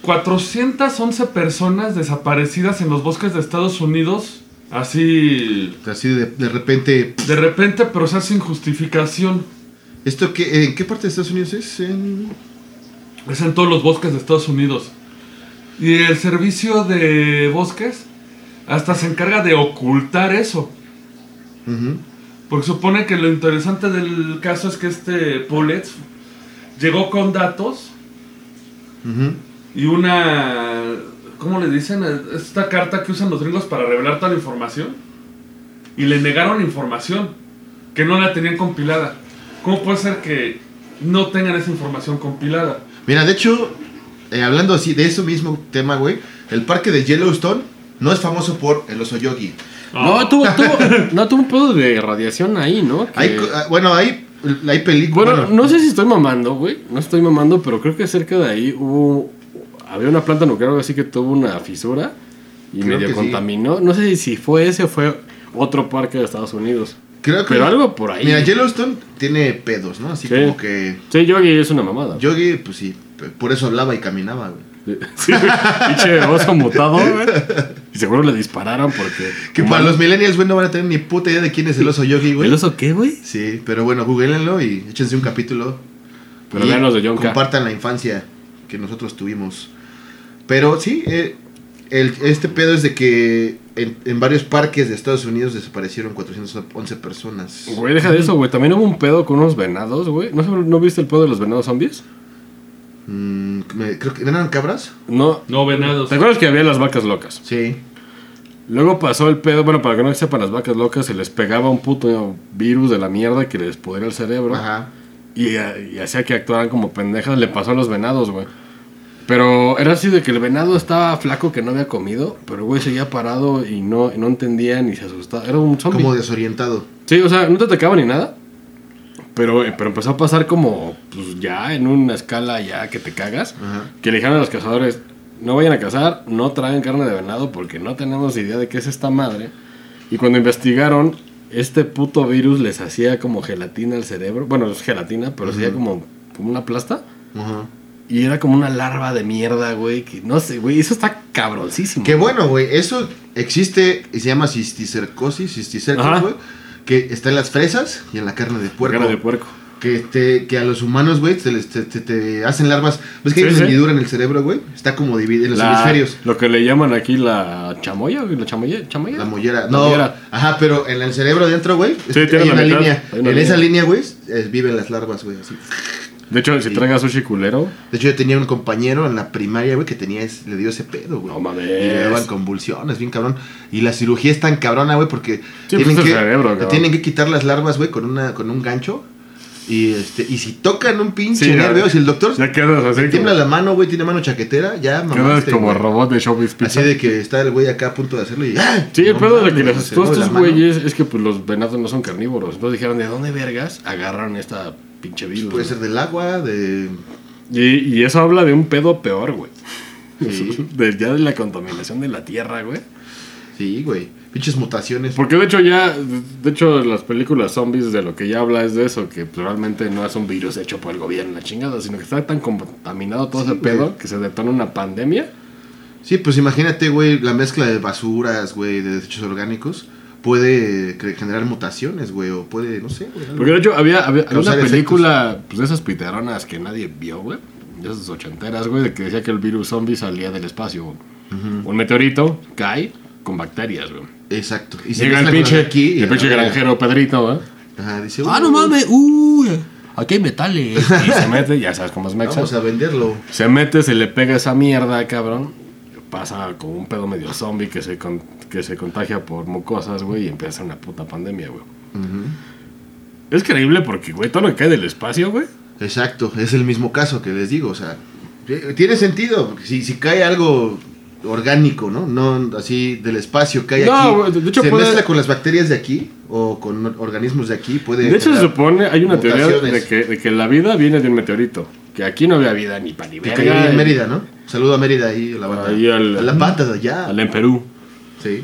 Speaker 2: 411 personas desaparecidas en los bosques de Estados Unidos, así
Speaker 4: Así de, de repente.
Speaker 2: de repente, pero o sea, sin justificación.
Speaker 4: ¿Esto qué, en qué parte de Estados Unidos es? En...
Speaker 2: Es en todos los bosques de Estados Unidos. Y el servicio de bosques hasta se encarga de ocultar eso.
Speaker 4: Ujú.
Speaker 2: Porque supone que lo interesante del caso es que este Paulets llegó con datos
Speaker 4: Ujú.
Speaker 2: y una... ¿Cómo le dicen? Esta carta que usan los gringos para revelar toda la información. Y le negaron información que no la tenían compilada. ¿Cómo puede ser que no tengan esa información compilada?
Speaker 4: Mira, de hecho, eh, hablando así de eso mismo tema, güey, el parque de Yellowstone no es famoso por el oso yogi.
Speaker 3: No, tuvo, tuvo, no, tuvo un pedo de radiación ahí, ¿no? Que-
Speaker 4: Hay, co- ah, bueno, hay, hay películas.
Speaker 3: bueno, no sé si estoy mamando, güey. No estoy mamando, pero creo que cerca de ahí hubo. Había una planta nuclear o algo así que tuvo una fisura y
Speaker 4: Creo que
Speaker 3: medio
Speaker 4: sí.
Speaker 3: contaminó. No sé si fue ese o fue otro parque de Estados Unidos.
Speaker 4: creo que-
Speaker 3: pero algo por ahí.
Speaker 4: Mira, Yellowstone tiene pedos, ¿no? Así
Speaker 3: Sí.
Speaker 4: como que
Speaker 3: Sí, Yogi es una mamada.
Speaker 4: yogi, pues sí, p- por eso hablaba y caminaba, güey.
Speaker 3: Sí, güey. pinche oso mutado, güey. Y seguro le dispararon porque.
Speaker 4: Que para los millennials, güey, no van a tener ni puta idea de quién es el oso yogi, güey.
Speaker 3: ¿El oso qué, güey?
Speaker 4: Sí, pero bueno, googleenlo y échense un capítulo.
Speaker 3: Pero
Speaker 4: Y
Speaker 3: vean los de John K.
Speaker 4: Compartan la infancia que nosotros tuvimos. Pero sí, eh, el- este pedo es de que en, en varios parques de Estados Unidos desaparecieron 411 personas.
Speaker 3: Güey, deja de eso, güey. También hubo un pedo con unos venados, güey. ¿No, sab- ¿No viste el pedo de los venados zombies?
Speaker 4: Mm, me- creo que ¿no eran cabras.
Speaker 3: No.
Speaker 2: No, venados.
Speaker 3: ¿Te acuerdas que había las vacas locas?
Speaker 4: Sí.
Speaker 3: Luego pasó el pedo, bueno, para que no sepan las vacas locas, se les pegaba un puto virus de la mierda que les pudriera el cerebro.
Speaker 4: Ajá.
Speaker 3: Y, eh, y hacía que actuaran como pendejas. Le pasó a los venados, güey. Pero era así de que el venado estaba flaco que no había comido, pero el güey seguía parado y no, no entendía ni se asustaba. Era un zombie.
Speaker 4: Como desorientado.
Speaker 3: Sí, o sea, no te atacaba ni nada. Pero, pero empezó a pasar como, pues ya, en una escala ya que te cagas.
Speaker 4: Ajá.
Speaker 3: Que le dijeron a los cazadores, no vayan a cazar, no traen carne de venado porque no tenemos idea de qué es esta madre. Y cuando investigaron, este puto virus les hacía como gelatina al cerebro. Bueno, es gelatina, pero hacía como, como una plasta.
Speaker 4: Ajá.
Speaker 3: Y era como una larva de mierda, güey. Que no sé, güey, eso está cabroncísimo.
Speaker 4: Qué bueno, güey. Eso existe y se llama cisticercosis,
Speaker 3: Ajá.
Speaker 4: cisticercosis, güey. Que está en las fresas y en la carne de puerco.
Speaker 3: Carne de puerco.
Speaker 4: Que, te, que a los humanos, güey, te, les- te- te- te hacen larvas. ¿Ves que hay
Speaker 3: Sí,
Speaker 4: una
Speaker 3: sí.
Speaker 4: hendidura en el cerebro, güey? Está como dividida en los
Speaker 3: La-
Speaker 4: hemisferios.
Speaker 3: Lo que le llaman aquí la chamoya, güey, la chamoya, chamoya.
Speaker 4: La mollera.
Speaker 3: La
Speaker 4: No,
Speaker 3: mollera.
Speaker 4: ajá, pero en el cerebro adentro, güey,
Speaker 3: Sí,
Speaker 4: es-
Speaker 3: tiene
Speaker 4: hay,
Speaker 3: la
Speaker 4: una
Speaker 3: mitad,
Speaker 4: línea.
Speaker 3: hay una
Speaker 4: En esa
Speaker 3: línea.
Speaker 4: línea, güey, es- viven las larvas, güey, así.
Speaker 3: De hecho, si traga sushi culero,
Speaker 4: De hecho, yo tenía un compañero en la primaria, güey, que tenía, es- le dio ese pedo, güey.
Speaker 3: No mames.
Speaker 4: Y le daban convulsiones, bien cabrón. Y la cirugía es tan cabrona, güey, porque
Speaker 3: Sí,
Speaker 4: tienen,
Speaker 3: pues, es
Speaker 4: que,
Speaker 3: el cerebro, cabrón.
Speaker 4: tienen que quitar las larvas, güey, con, una, con un gancho. Y, este, y si tocan un pinche
Speaker 3: Sí, ya.
Speaker 4: nervio, si el doctor
Speaker 3: ya quedas así.
Speaker 4: te tiembla
Speaker 3: como-
Speaker 4: la mano, güey, tiene mano chaquetera, ya
Speaker 3: Quedas
Speaker 4: mamaste,
Speaker 3: como
Speaker 4: güey.
Speaker 3: robot de Showbiz Pizza.
Speaker 4: Así de que está el güey acá a punto de hacerlo y... ¡ah!
Speaker 3: Sí, el
Speaker 4: No
Speaker 3: pedo de
Speaker 4: mames,
Speaker 3: que les
Speaker 4: se
Speaker 3: asustó a
Speaker 4: mueve la
Speaker 3: estos
Speaker 4: mano.
Speaker 3: güeyes es que pues, los venados no son carnívoros. Entonces dijeron, ¿de dónde vergas agarraron esta pinche virus?
Speaker 4: Puede
Speaker 3: güey?
Speaker 4: ser del agua, de...
Speaker 3: Y, y eso habla de un pedo peor, güey.
Speaker 4: Sí.
Speaker 3: De- ya de la contaminación de la tierra, güey.
Speaker 4: Sí, güey. Pinches mutaciones.
Speaker 3: Porque de hecho ya, de hecho las películas zombies de lo que ya habla es de eso, que pues, realmente no es un virus hecho por el gobierno, la chingada, sino que está tan contaminado todo
Speaker 4: Sí,
Speaker 3: ese pedo
Speaker 4: güey.
Speaker 3: que se detona una pandemia.
Speaker 4: Sí, pues imagínate, güey, la mezcla de basuras, güey, de desechos orgánicos puede cre- generar mutaciones, güey, o puede, no sé, güey. algo.
Speaker 3: Porque de hecho había, había, había una
Speaker 4: Causar
Speaker 3: película pues, de esas piteronas que nadie vio, güey. De esas ochenteras, güey, de que decía que el virus zombie salía del espacio. güey. Un meteorito cae con bacterias, güey.
Speaker 4: Exacto. Y
Speaker 3: Llega
Speaker 4: mezclan
Speaker 3: el
Speaker 4: con
Speaker 3: pinche,
Speaker 4: las de aquí y
Speaker 3: el pinche
Speaker 4: la-
Speaker 3: granjero Pedrito, ¿eh? güey.
Speaker 4: Ajá, dice,
Speaker 3: Ah, no
Speaker 4: "Uy,
Speaker 3: mames, uy, aquí hay metales. Y se mete, ya sabes cómo es Mexa.
Speaker 4: Vamos a venderlo.
Speaker 3: Se mete, se le pega esa mierda, cabrón. Pasa con un pedo medio zombie que se, con- que se contagia por mucosas, güey, y empieza una puta pandemia, güey. Es creíble porque, güey, todo lo que cae del espacio, güey.
Speaker 4: Exacto, es el mismo caso que les digo, o sea, eh, tiene sentido, porque si, si cae algo orgánico, ¿no? No así del espacio, cae
Speaker 3: No,
Speaker 4: aquí.
Speaker 3: güey, de hecho
Speaker 4: se
Speaker 3: puede-
Speaker 4: mezcla con las bacterias de aquí o con organismos de aquí, puede
Speaker 3: De hecho, se
Speaker 4: generar
Speaker 3: supone, hay una teoría de
Speaker 4: mutaciones.
Speaker 3: que, de que la vida viene de un meteorito. Que aquí no había vida ni para ni
Speaker 4: Que cayó
Speaker 3: verga,
Speaker 4: ahí en
Speaker 3: eh,
Speaker 4: Mérida, ¿no? Saludo a Mérida ahí, a la banda.
Speaker 3: Ahí al- em-
Speaker 4: a la banda de allá.
Speaker 3: al en Perú.
Speaker 4: Sí.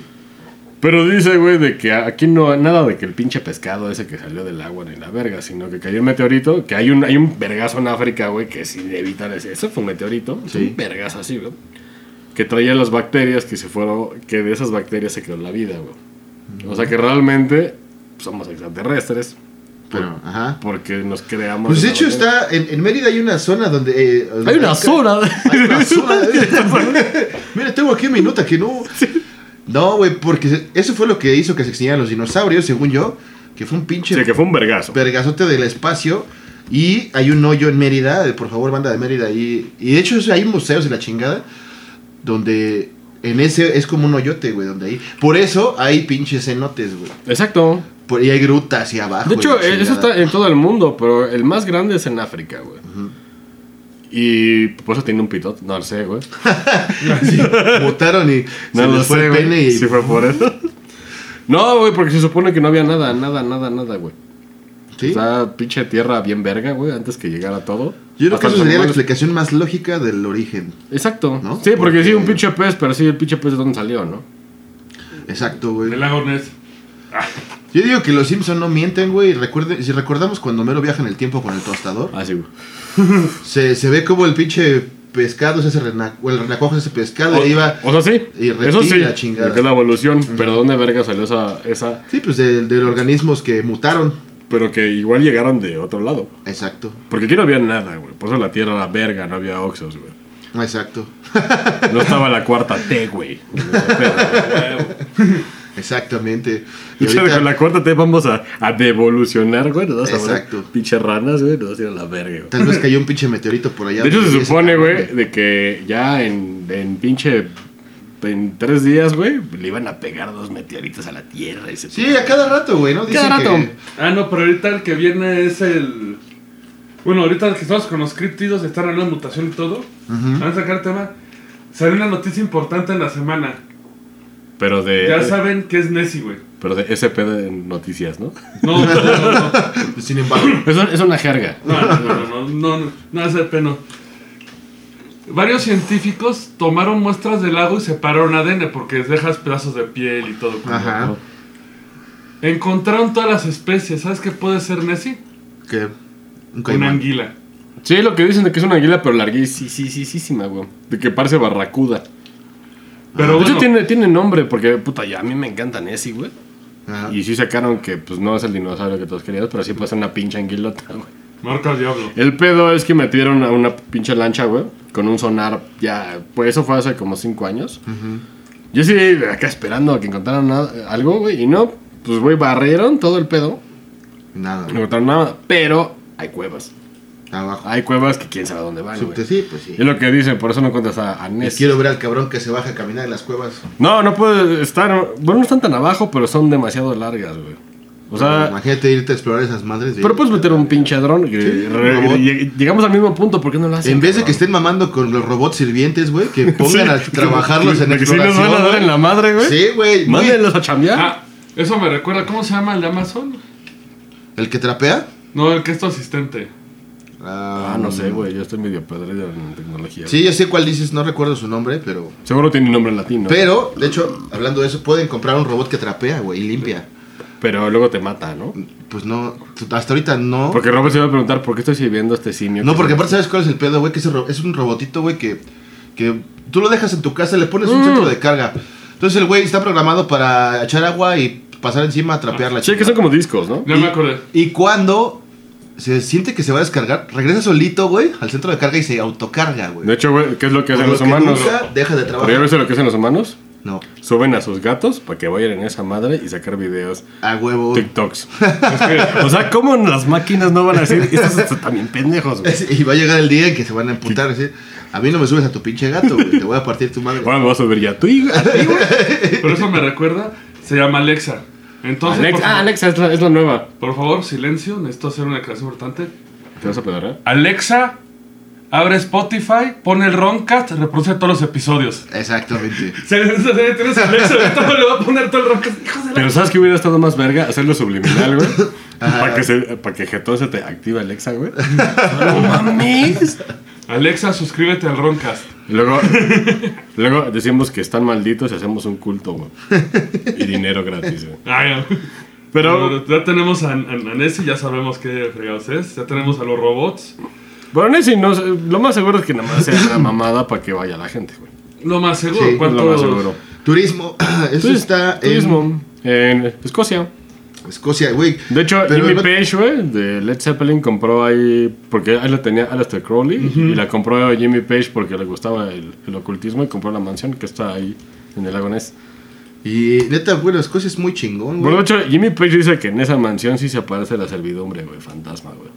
Speaker 3: Pero dice, güey, de que aquí no nada de que el pinche pescado ese que salió del agua ni la verga, sino que cayó un meteorito, que hay un, hay un vergazo en África, güey, que es inevitable. Eso fue un meteorito, es
Speaker 4: Sí.
Speaker 3: un vergazo así, güey. Que traía las bacterias que se fueron, que de esas bacterias se creó la vida, güey. O sea que realmente somos extraterrestres
Speaker 4: Pero, ajá.
Speaker 3: porque nos creamos.
Speaker 4: Pues de
Speaker 3: esas
Speaker 4: hecho
Speaker 3: bacterias.
Speaker 4: está, en, en Mérida hay una zona donde... eh,
Speaker 3: Hay una zona.
Speaker 4: Hay una zona. Mira, tengo aquí mi nota que no... No, güey, porque eso fue lo que hizo que se extinguieran los dinosaurios, según yo, que fue un pinche
Speaker 3: Sí, que fue un vergazo.
Speaker 4: vergazote del espacio. Y hay un hoyo en Mérida, eh, por favor, banda de Mérida. Y, y de hecho, eso, hay museos de la chingada donde en ese es como un hoyote, güey. Donde ahí. Por eso hay pinches cenotes, güey.
Speaker 3: Exacto.
Speaker 4: Por- y hay grutas y abajo.
Speaker 3: De
Speaker 4: y
Speaker 3: hecho,
Speaker 4: la
Speaker 3: eh, eso
Speaker 4: chingada.
Speaker 3: está en todo el mundo, pero el más grande es en África, güey. Y por eso tiene un pitot, no lo sé, güey.
Speaker 4: Botaron y
Speaker 3: No
Speaker 4: se
Speaker 3: lo
Speaker 4: les fue
Speaker 3: sé,
Speaker 4: el
Speaker 3: güey,
Speaker 4: pene y.
Speaker 3: si fue por eso. No, güey, porque se supone que no había nada, nada, nada, nada, güey.
Speaker 4: ¿Sí?
Speaker 3: O sea, pinche tierra bien verga, güey, antes que llegara todo.
Speaker 4: Yo creo que
Speaker 3: Hasta
Speaker 4: eso
Speaker 3: los
Speaker 4: sería la
Speaker 3: animales-
Speaker 4: explicación más lógica del origen.
Speaker 3: Exacto.
Speaker 4: ¿No?
Speaker 3: Sí, porque,
Speaker 4: Porque-
Speaker 3: sí, un pinche pez, pero sí, el pinche pez de dónde salió, ¿no?
Speaker 4: Exacto, güey.
Speaker 2: El lago Ness.
Speaker 4: Yo digo que los Simpson no mienten, güey. Recuerde, si recordamos cuando Mero viaja en el tiempo con el tostador,
Speaker 3: Así, güey.
Speaker 4: se, se ve como el pinche pescado, se hace rena- o el renacuajo es ese pescado, y ahí va.
Speaker 3: O sea, sí.
Speaker 4: Y reptil,
Speaker 3: Eso sí.
Speaker 4: la chingada.
Speaker 3: lo que es la evolución, pero ¿dónde verga salió esa, esa?
Speaker 4: Sí, pues de, de organismos que mutaron.
Speaker 3: Pero que igual llegaron de otro lado.
Speaker 4: Exacto,
Speaker 3: Porque aquí no había nada, güey. Por eso la tierra era verga, no había oxos, güey.
Speaker 4: exacto,
Speaker 3: No estaba la cuarta T, güey.
Speaker 4: exactamente. Y
Speaker 3: Y
Speaker 4: ahorita-
Speaker 3: con la cuarta T vamos a, a devolucionar, güey. Nos vas a poner
Speaker 4: Exacto.
Speaker 3: pinches ranas, güey. Nos vas a ir a la verga, güey.
Speaker 4: tal vez cayó un pinche meteorito por allá.
Speaker 3: De hecho, se
Speaker 4: Ese
Speaker 3: supone,
Speaker 4: cabrón,
Speaker 3: güey, de que ya en, en pinche. En tres días, güey, le iban a pegar dos meteoritos a la tierra. Ese
Speaker 4: Sí, a cada rato, güey, ¿no? Dicen
Speaker 3: Cada rato.
Speaker 4: que-
Speaker 2: Ah, no, pero ahorita el que viene es el. Bueno, ahorita el que estamos con los criptidos, están hablando de mutación y todo. Van a sacar tema. Salió una noticia importante en la semana.
Speaker 3: Pero de.
Speaker 2: Ya saben que es Nessie, güey.
Speaker 3: Pero de SP de noticias, ¿no?
Speaker 2: No, no, no, no.
Speaker 4: Sin embargo,
Speaker 3: Es, un- es una jerga.
Speaker 2: No, no, no, no, no, no, no, ese peno. Varios científicos tomaron muestras del lago y separaron ADN porque dejas pedazos de piel y todo.
Speaker 4: ajá,
Speaker 2: Encontraron todas las especies. ¿Sabes qué puede ser Nessie?
Speaker 4: que un
Speaker 2: Una
Speaker 4: caimán.
Speaker 2: anguila.
Speaker 3: Sí, lo que dicen de que es una anguila, pero larguísima, güey. De que parece barracuda.
Speaker 2: Pero
Speaker 3: Ah, de hecho,
Speaker 2: bueno,
Speaker 3: tiene, tiene nombre, porque, puta, ya a mí me encantan ese, güey.
Speaker 4: Ajá.
Speaker 3: Y sí sacaron que, pues, no es el dinosaurio que todos querías, pero sí puede ser una pinche anguilota, güey.
Speaker 2: marca al diablo.
Speaker 3: El pedo es que metieron a una pinche lancha, güey, con un sonar, ya, pues eso fue hace como cinco años. Yo sí, acá esperando a que encontraran na- algo, güey, y no, pues, güey, barrieron todo el pedo,
Speaker 4: Nada,
Speaker 3: no encontraron nada, pero hay cuevas.
Speaker 4: abajo.
Speaker 3: Hay cuevas que quién sabe dónde van,
Speaker 4: Subte,
Speaker 3: güey.
Speaker 4: sí, pues sí.
Speaker 3: Es lo que dicen, por eso no encuentras a, a
Speaker 4: Y
Speaker 3: Ness.
Speaker 4: quiero ver al cabrón que se baja a caminar en las cuevas.
Speaker 3: No, no puede estar. Bueno, no están tan abajo, pero son demasiado largas, güey. O sea,
Speaker 4: Imagínate irte a explorar esas madres. güey.
Speaker 3: pero pues, puedes meter un pinche dron. y-
Speaker 4: Sí,
Speaker 3: re-
Speaker 4: un robot.
Speaker 3: lleg- llegamos al mismo punto, ¿por qué no lo hacen?
Speaker 4: En vez de que
Speaker 3: cabrón?
Speaker 4: estén mamando con los robots sirvientes, güey, que pongan
Speaker 3: Sí,
Speaker 4: a trabajarlos
Speaker 3: que-
Speaker 4: en
Speaker 3: que
Speaker 4: exploración.
Speaker 3: Sí, nos van a dar en la madre, güey.
Speaker 4: Sí, güey.
Speaker 3: Mándenlos a chambear.
Speaker 2: Ah, eso me recuerda. ¿Cómo se llama el de Amazon?
Speaker 4: ¿El que trapea?
Speaker 2: No, el que es tu asistente.
Speaker 3: Ah, no sé, güey. Yo estoy medio perdido en tecnología.
Speaker 4: Um, Sí, yo sé cuál dices, no recuerdo su nombre, pero.
Speaker 3: güey. Seguro tiene nombre latino.
Speaker 4: Pero, de hecho, hablando de eso, pueden comprar un robot que trapea, güey, y limpia.
Speaker 3: Pero luego te mata, ¿no?
Speaker 4: Pues no, hasta ahorita no.
Speaker 3: Porque Robert se iba a preguntar por qué estoy sirviendo a este simio.
Speaker 4: No,
Speaker 3: que-
Speaker 4: porque aparte, ¿sabes cuál es el pedo, güey? Que ese ro- es un robotito, güey, que, que tú lo dejas en tu casa, le pones un centro de carga. Entonces el güey está programado para echar agua y pasar encima a trapear la
Speaker 3: Sí, que
Speaker 4: chingada.
Speaker 3: son como discos, ¿no?
Speaker 2: Ya me acordé.
Speaker 4: Y cuando se siente que se va a descargar, regresa solito, güey, al centro de carga y se autocarga, güey.
Speaker 3: De hecho, güey, ¿qué es lo que
Speaker 4: Por
Speaker 3: hacen
Speaker 4: lo
Speaker 3: los
Speaker 4: que
Speaker 3: humanos?
Speaker 4: nunca deja de
Speaker 3: ¿Pero ya
Speaker 4: trabajar.
Speaker 3: ves lo que hacen los humanos?
Speaker 4: No,
Speaker 3: Suben a sus gatos para que vayan en esa madre y sacar videos,
Speaker 4: a huevo.
Speaker 3: TikToks. o sea, ¿cómo las máquinas no van a decir? Estos también pendejos, güey.
Speaker 4: Y va a llegar el día en que se van a emputar. decir, a mí no me subes a tu pinche gato, güey. Te voy a partir tu madre.
Speaker 3: Ahora me vas a subir ya tú y a ti, güey.
Speaker 2: Pero eso me recuerda. Se llama Alexa. Entonces,
Speaker 3: Alexa-
Speaker 2: por,
Speaker 3: ah,
Speaker 2: favor,
Speaker 3: Alexa es la, es la nueva.
Speaker 2: por favor, silencio. Necesito hacer una clase importante.
Speaker 3: ¿Te vas a eh? pedorrear?
Speaker 2: Alexa, abre Spotify, pone el Roncast, reproduce todos los episodios.
Speaker 4: Exactamente.
Speaker 2: Se, se, se- tienes a Alexa, ahorita le va a poner todo el Roncast. Hijos de la...
Speaker 3: Pero ¿sabes qué hubiera estado más verga? Hacerlo subliminal, güey. Para que, se, para que jetón se te activa Alexa, güey. ¡No mames!
Speaker 2: Alexa, suscríbete al Roncast.
Speaker 3: Y luego, luego decimos que están malditos y hacemos un culto, güey. Y dinero gratis, güey.
Speaker 2: Ah, ya.
Speaker 3: Pero,
Speaker 2: ya tenemos a, a, a Nessie, ya sabemos qué fregados es. Ya tenemos a los robots.
Speaker 3: bueno, Nessie, no, sé, lo más seguro es que nada más sea una mamada para que vaya la gente, güey.
Speaker 2: Lo más seguro.
Speaker 4: Sí, lo
Speaker 3: Es
Speaker 2: ¿cuántos-
Speaker 3: Lo más seguro.
Speaker 4: Turismo, eso
Speaker 3: Turis-
Speaker 4: está
Speaker 3: turismo en Escocia.
Speaker 4: en Escocia, güey.
Speaker 3: De hecho,
Speaker 4: Pero
Speaker 3: Jimmy
Speaker 4: no-
Speaker 3: Page, güey, de Led Zeppelin compró ahí, porque ahí la tenía Aleister Crowley, y la compró Jimmy Page porque le gustaba el, el ocultismo y compró la mansión que está ahí en el lago Ness.
Speaker 4: Y neta, bueno, Escocia es muy chingón, güey.
Speaker 3: Bueno, de hecho, Jimmy Page dice que en esa mansión sí se aparece la servidumbre, güey, fantasma, güey.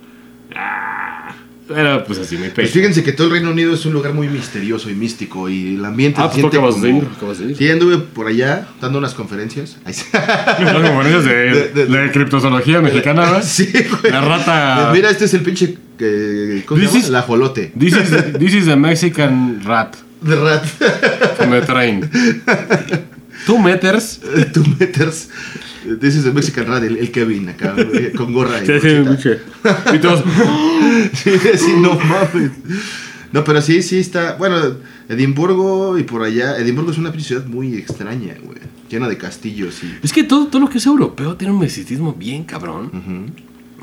Speaker 3: Era pues así, Jimmy Page.
Speaker 4: Pues fíjense que todo el Reino Unido es un lugar muy misterioso y místico y el ambiente
Speaker 3: Ah,
Speaker 4: se
Speaker 3: pues tú
Speaker 4: siente
Speaker 3: acabas de ir,
Speaker 4: como...
Speaker 3: acabas de ir.
Speaker 4: Sí, anduve por allá dando unas conferencias. Ahí sí.
Speaker 3: Las memorias de,
Speaker 4: De- de-
Speaker 3: la criptozoología mexicana, ¿verdad?
Speaker 4: Sí, güey.
Speaker 3: La rata.
Speaker 4: Mira, este es el pinche... eh, ¿Cómo se
Speaker 3: This
Speaker 4: llama?
Speaker 3: is-
Speaker 4: El ajolote.
Speaker 3: This is, this is the Mexican rat.
Speaker 4: De rat.
Speaker 3: que Me traen. Two meters.
Speaker 4: Tú meters. This is the Mexican rat, el, el Kevin acá, güey, con gorra y
Speaker 3: Sí, sí,
Speaker 4: brocheta.
Speaker 3: Y todos.
Speaker 4: Sí, sí, no mames. No, pero sí, sí está. Bueno, Edimburgo y por allá. Edimburgo es una pinche ciudad muy extraña, güey. Llena de castillos y.
Speaker 3: Es que todo, todo lo que es europeo tiene un misticismo bien cabrón.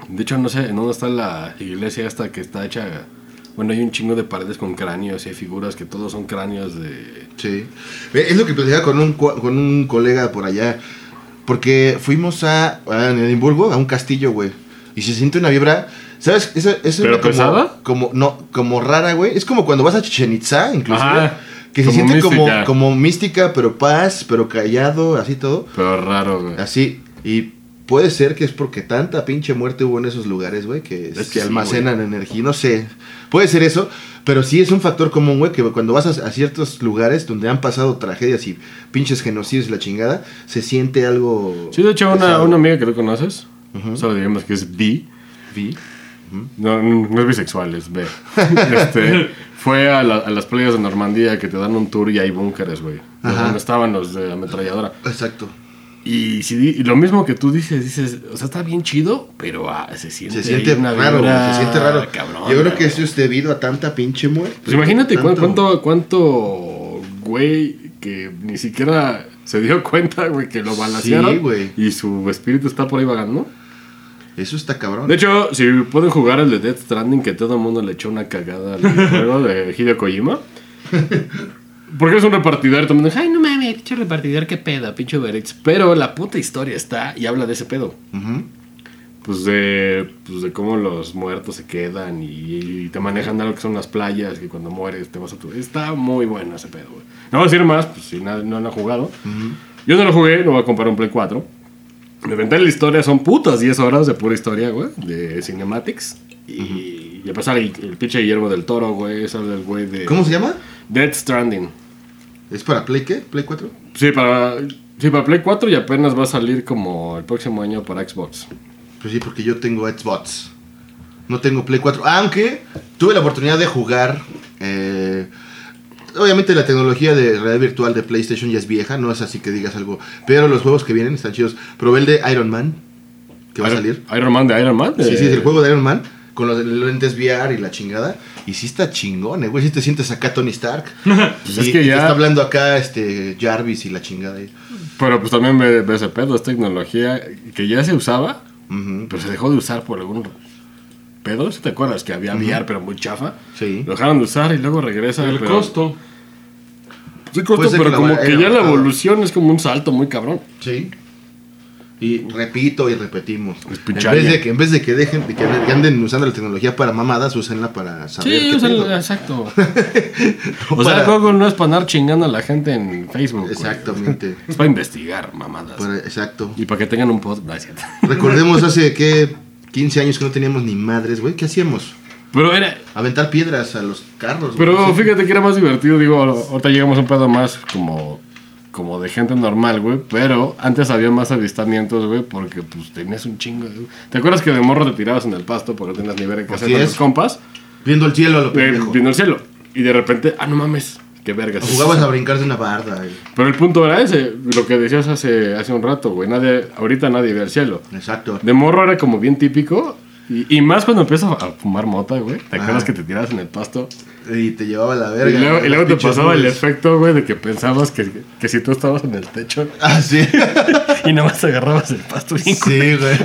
Speaker 3: De hecho, no sé en dónde está la iglesia esta que está hecha. Bueno, hay un chingo de paredes con cráneos y hay figuras que todos son cráneos de.
Speaker 4: Sí. Ve, Es lo que platicaba con un, cua- con un colega por allá. Porque fuimos a, a Edimburgo, a un castillo, güey. Y se siente una vibra. ¿Sabes? Esa, esa
Speaker 3: ¿Pero
Speaker 4: vibra como,
Speaker 3: pesada?
Speaker 4: Como, no, como rara, güey. Es como cuando vas a Chichen Itza, inclusive.
Speaker 3: Ajá.
Speaker 4: Que se
Speaker 3: Como
Speaker 4: siente
Speaker 3: mística.
Speaker 4: Como, como mística, pero paz, pero callado, así todo.
Speaker 3: Pero raro, güey.
Speaker 4: Así, y puede ser que es porque tanta pinche muerte hubo en esos lugares, güey, que
Speaker 3: que sí,
Speaker 4: se almacenan energía, no sé. Puede ser eso, pero sí es un factor común, güey, que cuando vas a, a ciertos lugares donde han pasado tragedias y pinches genocidios y la chingada, se siente algo...
Speaker 3: Sí, de hecho, una,
Speaker 4: pesado.
Speaker 3: una amiga que tú conoces, solo digamos que es bi,
Speaker 4: Vi.
Speaker 3: no, no es bisexual, es B. Este, fue a, la- a las playas de Normandía que te dan un tour y hay búnkeres, güey.
Speaker 4: Ajá.
Speaker 3: Donde estaban los de ametralladora.
Speaker 4: Exacto.
Speaker 3: Y, si di- y lo mismo que tú dices, dices, o sea, está bien chido, pero ah, se siente,
Speaker 4: Se siente
Speaker 3: ahí una
Speaker 4: raro,
Speaker 3: vibra
Speaker 4: güey, se siente raro.
Speaker 3: cabrona,
Speaker 4: Yo creo que
Speaker 3: güey.
Speaker 4: eso es debido a tanta pinche muerte.
Speaker 3: Pues imagínate cu-
Speaker 4: tanto-
Speaker 3: cuánto, cuánto güey que ni siquiera se dio cuenta, güey, que lo balacearon.
Speaker 4: Sí, güey.
Speaker 3: Y su espíritu está por ahí vagando.
Speaker 4: Eso está cabrón.
Speaker 3: De hecho, si pueden jugar el de Death Stranding, que todo el mundo le echó una cagada al juego de Hideo Kojima. Porque es un repartidor, todo el mundo, ay, no mames, pinche repartidor, qué pedo, pinche Uber Eats". Pero la puta historia está y habla de ese pedo.
Speaker 4: Ujú.
Speaker 3: Pues de, pues de cómo los muertos se quedan y, y te manejan algo que son las playas, que cuando mueres te vas a tu... Está muy bueno ese pedo, güey. No voy a decir más, pues si nadie no lo ha jugado. Yo no lo jugué, no voy a comprar un Play 4. Me inventé la historia, son putas 10 horas de pura historia, güey, de cinematics. Y, y a pesar el, el pinche Guillermo del Toro, güey, sale el güey de...
Speaker 4: ¿Cómo se llama?
Speaker 3: Dead Stranding.
Speaker 4: ¿Es para Play qué? ¿Play 4?
Speaker 3: Sí, para... Sí, para Play 4 y apenas va a salir como el próximo año para Xbox.
Speaker 4: Pues sí, porque yo tengo Xbox. No tengo Play 4. Aunque tuve la oportunidad de jugar. eh, obviamente la tecnología de realidad virtual de PlayStation ya es vieja. No es así que digas algo. Pero los juegos que vienen están chidos. Probé el de Iron Man. Que va a
Speaker 3: Iron-
Speaker 4: salir.
Speaker 3: Iron Man de Iron Man.
Speaker 4: Sí, sí,
Speaker 3: eh,
Speaker 4: el juego de Iron Man. Con los lentes VR y la chingada. Y sí está chingón, eh, güey. Si te sientes acá Tony Stark.
Speaker 3: Pues
Speaker 4: Y-
Speaker 3: es que
Speaker 4: y te
Speaker 3: ya-
Speaker 4: está hablando acá este Jarvis y la chingada. eh.
Speaker 3: Pero pues también ve, ve ese pedo, es tecnología que ya se usaba,
Speaker 4: Ujú.
Speaker 3: pero se dejó de usar por algún pedo. ¿Sí ¿Te acuerdas que había VR, pero muy chafa?
Speaker 4: Sí.
Speaker 3: Lo dejaron de usar y luego regresa.
Speaker 2: El
Speaker 3: pero-
Speaker 2: costo.
Speaker 3: Sí, costo,
Speaker 4: Puede ser Pues que
Speaker 3: pero
Speaker 4: la
Speaker 3: como
Speaker 4: va-
Speaker 3: que
Speaker 4: era
Speaker 3: ya la
Speaker 4: bajado.
Speaker 3: evolución es como un salto muy cabrón.
Speaker 4: Sí. Y repito y repetimos.
Speaker 3: Es
Speaker 4: En
Speaker 3: pinche
Speaker 4: vez, de
Speaker 3: alien.
Speaker 4: que, en vez de que dejen de que anden usando la tecnología para mamadas, úsenla para saber.
Speaker 3: Sí,
Speaker 4: qué
Speaker 3: o sea,
Speaker 4: pedo.
Speaker 3: exacto.
Speaker 4: No
Speaker 3: O
Speaker 4: para-
Speaker 3: sea, Google no es para andar chingando a la gente en Facebook. güey.
Speaker 4: Exactamente.
Speaker 3: Es para investigar, mamadas.
Speaker 4: Para- exacto.
Speaker 3: Y para que tengan un podcast. ¿cierto?
Speaker 4: Recordemos hace que 15 años que no teníamos ni madres, güey. ¿Qué hacíamos?
Speaker 3: Pero era,
Speaker 4: Aventar piedras a los carros. güey.
Speaker 3: Pero
Speaker 4: Sí.
Speaker 3: fíjate que era más divertido, digo, ahorita llegamos a un pedo más como, como de gente normal, güey, pero antes había más avistamientos, güey, porque pues tenías un chingo de... ¿Te acuerdas que de morro te tirabas en el pasto porque no tenías ni ver qué
Speaker 4: Así
Speaker 3: hacer con
Speaker 4: es.
Speaker 3: tus compas?
Speaker 4: Viendo el cielo a lo
Speaker 3: Eh,
Speaker 4: pendejo.
Speaker 3: vino el cielo y de repente, ah, no mames, qué vergas.
Speaker 4: O jugabas a brincar de una barda. güey.
Speaker 3: Pero el punto era ese, lo que decías hace, hace un rato, güey, nadie, ahorita nadie ve el cielo.
Speaker 4: Exacto.
Speaker 3: De morro era como bien típico Y, y más cuando empiezas a fumar mota, güey. ¿Te
Speaker 4: Ah.
Speaker 3: acuerdas que te tiras en el pasto?
Speaker 4: Y te llevaba la
Speaker 3: Y
Speaker 4: verga.
Speaker 3: luego,
Speaker 4: güey,
Speaker 3: y luego
Speaker 4: las
Speaker 3: te
Speaker 4: pinches
Speaker 3: pasaba el
Speaker 4: nubes.
Speaker 3: efecto, güey, de que pensabas que, que si tú estabas en el techo
Speaker 4: Ah, sí.
Speaker 3: y nada más agarrabas el pasto bien
Speaker 4: sí, güey.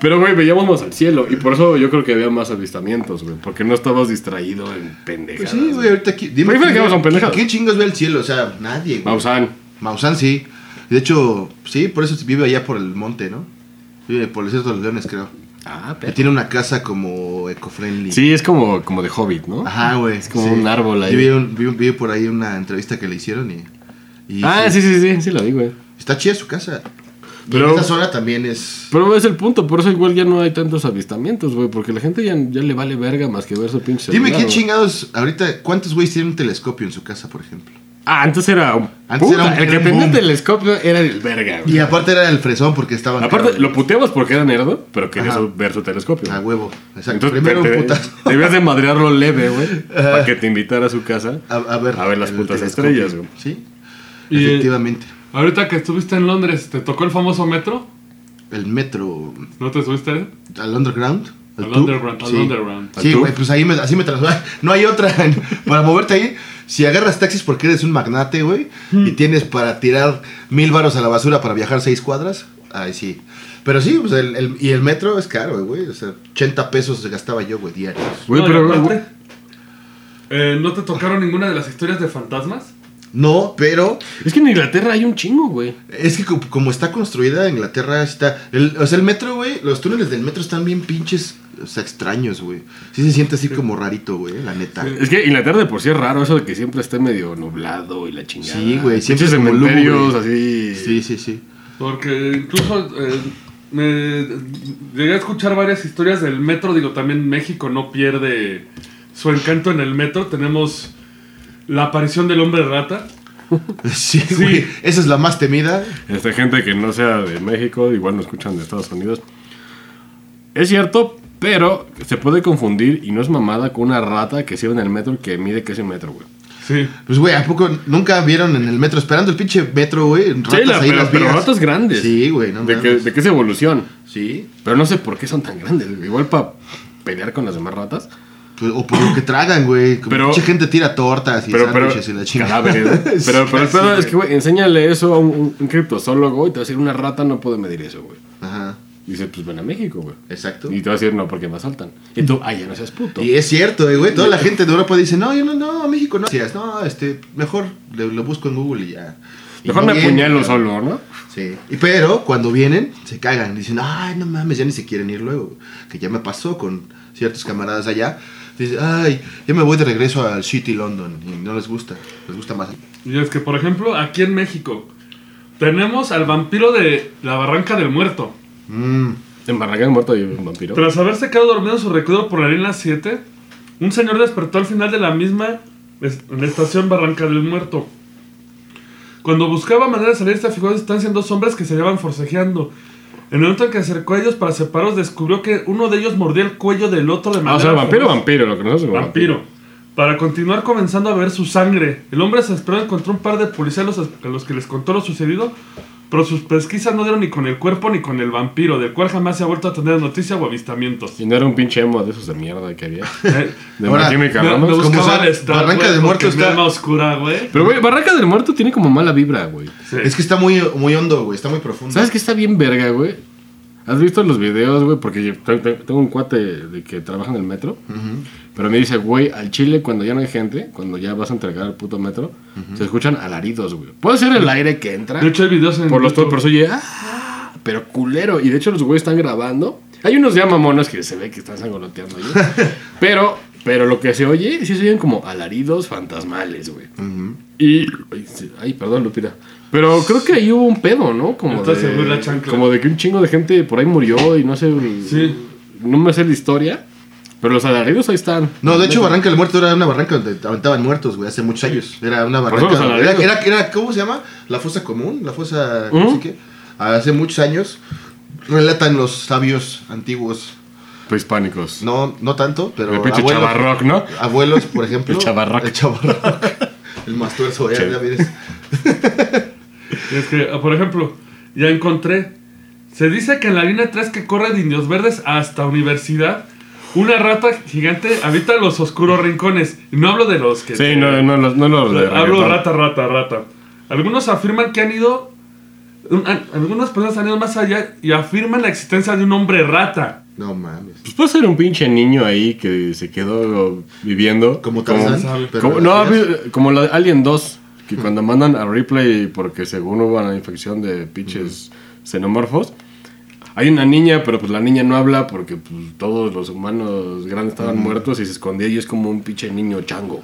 Speaker 3: Pero, güey, veíamos más al cielo. Y por eso yo creo que había más avistamientos, güey. Porque no estabas distraído en pendejadas.
Speaker 4: Pues sí, güey, ahorita aquí. Dime,
Speaker 3: Pero ahí fue que son pendejadas.
Speaker 4: ¿Qué chingos ve el cielo? O sea, nadie, güey.
Speaker 3: Maussan.
Speaker 4: Maussan sí. De hecho, sí, por eso vive allá por el monte, ¿no? Vive por el centro de los leones, creo.
Speaker 3: Ah,
Speaker 4: Que tiene una casa como eco-friendly.
Speaker 3: Sí, es como, como de hobbit, ¿no?
Speaker 4: Ajá, güey.
Speaker 3: Es como
Speaker 4: sí.
Speaker 3: un árbol ahí.
Speaker 4: Yo vi, un- vi un- vi por ahí una entrevista que le hicieron y. y
Speaker 3: Ah, sí, sí, sí, sí, la vi, güey.
Speaker 4: Está chida su casa.
Speaker 3: Pero-
Speaker 4: Pero esa zona también es.
Speaker 3: Pero es el punto, por eso igual ya no hay tantos avistamientos, güey, porque la gente ya, ya le vale verga más que ver su pinche
Speaker 4: Dime
Speaker 3: celular,
Speaker 4: qué
Speaker 3: güey.
Speaker 4: chingados. Ahorita, ¿cuántos güeyes tienen un telescopio en su casa, por ejemplo?
Speaker 3: Ah, antes era un
Speaker 4: Antes
Speaker 3: puta,
Speaker 4: era un-
Speaker 3: el que
Speaker 4: era un
Speaker 3: prendía el
Speaker 4: boom.
Speaker 3: telescopio era el verga, güey.
Speaker 4: Y aparte era el fresón porque estaban.
Speaker 3: Aparte, lo puteabas porque era nerdo, pero querías
Speaker 4: Ajá.
Speaker 3: ver su telescopio.
Speaker 4: A huevo. Exacto.
Speaker 3: Entonces,
Speaker 4: Primero
Speaker 3: te-
Speaker 4: un
Speaker 3: te-
Speaker 4: putazo.
Speaker 3: Debías de madrearlo leve, güey, para que te invitara a su casa
Speaker 4: A, a ver.
Speaker 3: las
Speaker 4: el
Speaker 3: putas
Speaker 4: telescopio.
Speaker 3: estrellas, güey.
Speaker 4: Sí.
Speaker 2: Y, eh,
Speaker 4: Efectivamente.
Speaker 2: Ahorita que estuviste en Londres, ¿te tocó el famoso metro?
Speaker 4: El metro.
Speaker 2: ¿No te subiste? eh?
Speaker 4: Al underground.
Speaker 2: Al
Speaker 4: tube,
Speaker 2: underground, al
Speaker 4: sí.
Speaker 2: underground.
Speaker 4: Sí,
Speaker 3: ¿Al tube?
Speaker 4: güey, pues ahí me, así me traslado. No hay otra. para moverte ahí, si agarras taxis porque eres un magnate, güey,
Speaker 2: Hmm.
Speaker 4: y tienes para tirar mil varos a la basura para viajar seis cuadras, ahí sí. Pero sí, pues el, el- y el metro es caro, güey. O sea, 80 pesos gastaba yo, güey, diarios.
Speaker 3: Güey,
Speaker 2: No, y
Speaker 3: pero...
Speaker 2: aparte, eh, ¿No te tocaron ninguna de las historias de fantasmas?
Speaker 4: No, pero
Speaker 3: Es que en Inglaterra hay un chingo, güey.
Speaker 4: es que co- como, está construida Inglaterra, está. el- o sea, el metro, güey, los túneles del metro están bien pinches, o sea, extraños, güey. Sí se siente así como rarito, güey, la neta.
Speaker 3: Es que Inglaterra de por sí es raro eso de que siempre esté medio nublado y la chingada.
Speaker 4: Sí, güey, siempre
Speaker 3: Pinches
Speaker 4: como lúgubre.
Speaker 3: cementerios así.
Speaker 4: Sí, sí, sí.
Speaker 2: Porque incluso eh, me llegué a escuchar varias historias del metro, digo, también México no pierde su encanto en el metro. Tenemos la aparición del hombre rata.
Speaker 4: Sí, güey. Esa es la más temida.
Speaker 3: Esta Este, gente que no sea de México, igual no escuchan de Estados Unidos. Es cierto, pero se puede confundir y no es mamada con una rata que sirve en el metro que mide casi un metro, güey.
Speaker 2: Sí.
Speaker 4: Pues, güey, ¿a poco nunca vieron en el metro esperando el pinche metro, güey? Ratas
Speaker 3: la-
Speaker 4: ahí en
Speaker 3: pero-
Speaker 4: las
Speaker 3: pero
Speaker 4: vías.
Speaker 3: ratas grandes.
Speaker 4: Sí, güey, no
Speaker 3: de, que,
Speaker 4: mames.
Speaker 3: de que es evolución.
Speaker 4: Sí.
Speaker 3: Pero no sé por qué son tan grandes, güey. Igual para pelear con las demás ratas.
Speaker 4: Pues, o por lo que tragan, güey. Como
Speaker 3: Pero-
Speaker 4: Mucha gente tira tortas y
Speaker 3: Pero, pero,
Speaker 4: sándwiches y la chingada.
Speaker 3: cadáveres, güey. pero, pero el
Speaker 4: Sí,
Speaker 3: pedo
Speaker 4: güey.
Speaker 3: es que, güey, enséñale eso a un, un- un criptozoólogo y te va a decir, una rata no puede medir eso, güey.
Speaker 4: Ajá,
Speaker 3: Dice, pues ven a México, güey.
Speaker 4: exacto.
Speaker 3: Y te va a decir, no, porque me asaltan. Y tú, ay, ya no seas puto.
Speaker 4: Y es cierto, eh, güey. Toda la gente de Europa dice, no, yo no, no, a México no. Gracias, No, este, mejor le- lo, busco en Google y ya. Y
Speaker 3: Mejor
Speaker 4: no
Speaker 3: me
Speaker 4: vienen,
Speaker 3: apuñalo
Speaker 4: cabrón.
Speaker 3: solo, ¿no?
Speaker 4: Sí. Y pero cuando vienen, se cagan. Dicen, ay, no mames, ya ni se quieren ir luego. Que ya me pasó con ciertos camaradas allá. Dicen, ay, ya me voy de regreso al City London. Y no les gusta. Les gusta más.
Speaker 2: Y es que, por ejemplo, aquí en México tenemos al vampiro de la Barranca del Muerto.
Speaker 4: Mm,
Speaker 3: En Barragán muerto hay un vampiro.
Speaker 2: Tras haberse quedado dormido en su recreo por la línea 7, un señor despertó al final de la misma es- en la estación Barranca del Muerto. Cuando buscaba manera de salir, esta figura están siendo dos hombres que se llevan forcejeando. En el momento en que se acercó a ellos para separarlos, descubrió que uno de ellos mordía el cuello del otro de
Speaker 3: Ah,
Speaker 2: manera.
Speaker 3: o sea, vampiro,
Speaker 2: feroz.
Speaker 3: vampiro, lo que nosotros como
Speaker 2: Vampiro. Para continuar comenzando a ver su sangre, el hombre se esperó encontró un par de policías a los- a los que les contó lo sucedido, pero sus pesquisas no dieron ni con el cuerpo ni con el vampiro, del cual jamás se ha vuelto a tener noticia o avistamientos.
Speaker 3: Y no era un pinche emo de esos de mierda que había.
Speaker 2: Eh,
Speaker 3: De
Speaker 4: Ahora,
Speaker 3: My Chemical
Speaker 2: me-
Speaker 3: Romance.
Speaker 2: me
Speaker 4: ¿Cómo
Speaker 2: buscaba
Speaker 4: se-
Speaker 2: el Star,
Speaker 4: Barranca
Speaker 2: güey,
Speaker 4: del Muerto
Speaker 2: porque
Speaker 4: está-
Speaker 2: mi alma oscura, güey.
Speaker 3: Pero, güey, Barraca del Muerto tiene como mala vibra, güey.
Speaker 2: Sí.
Speaker 4: Es que está muy, muy hondo, güey. Está muy profundo.
Speaker 3: ¿Sabes qué está bien verga, güey? ¿Has visto los videos, güey? Porque yo te- te- tengo un cuate de que trabaja en el metro. Pero me dice, güey, al Chile cuando ya no hay gente, cuando ya vas a entregar al puto metro, se escuchan alaridos, güey. Puede ser el aire que entra.
Speaker 2: De hecho, hay videos en
Speaker 3: por los
Speaker 2: YouTube.
Speaker 3: todos, pero se oye, "Ah", pero culero. Y de hecho los güeyes están grabando. Hay unos ya mamones que se ve que están sangoloteando ahí. pero, pero lo que se oye, sí se oyen como alaridos fantasmales, güey. Y. Ay, sí, ay, perdón, Lupita. Pero creo que ahí hubo un pedo, ¿no? Como
Speaker 2: Entonces
Speaker 3: de,
Speaker 2: se fue la chancla.
Speaker 3: como de que un chingo de gente por ahí murió y no sé.
Speaker 2: Sí.
Speaker 3: No me sé la historia. Pero los alaridos ahí están.
Speaker 4: No, de hecho, Barranca del Muerto era una barranca donde aventaban muertos, güey, hace muchos años. Era una
Speaker 3: Por eso
Speaker 4: barranca.
Speaker 3: los
Speaker 4: Era,
Speaker 3: salarios.
Speaker 4: era, era- ¿cómo se llama? La fosa común, la fosa. no
Speaker 3: Ujú.
Speaker 4: sé qué. Hace muchos años. Relatan los sabios antiguos.
Speaker 3: Prehispánicos.
Speaker 4: No, no tanto, pero.
Speaker 3: Pues el pinche
Speaker 4: abuelos-
Speaker 3: chavarrock, ¿no?
Speaker 4: Abuelos, por ejemplo.
Speaker 3: El chavarroc.
Speaker 4: El chavarroc. El mastuerzo, ya,
Speaker 3: Che.
Speaker 4: ya vienes.
Speaker 2: Es que, ah, por ejemplo, ya encontré. Se dice que en la línea 3 que corre de Indios Verdes hasta Universidad, una rata gigante habita los oscuros rincones. Y no hablo de los que...
Speaker 3: Sí, no, no, no, no lo de
Speaker 2: Hablo
Speaker 3: reggaetón.
Speaker 2: rata, rata, rata. Algunos afirman que han ido. un- an- Algunas personas han ido más allá y afirman la existencia de un hombre rata.
Speaker 4: No mames.
Speaker 3: Pues puede ser un pinche niño ahí que se quedó viviendo.
Speaker 4: Como Tarzán.
Speaker 2: sabe?
Speaker 4: pero Hmm.
Speaker 3: como, no,
Speaker 4: gracias.
Speaker 3: vi- como la de Alien 2, que cuando mandan a Ripley porque según hubo una infección de pinches
Speaker 4: Hmm.
Speaker 3: xenomorfos, hay una niña, pero pues la niña no habla porque pues, todos los humanos grandes estaban
Speaker 4: Hmm.
Speaker 3: muertos y se escondía y es como un pinche niño chango.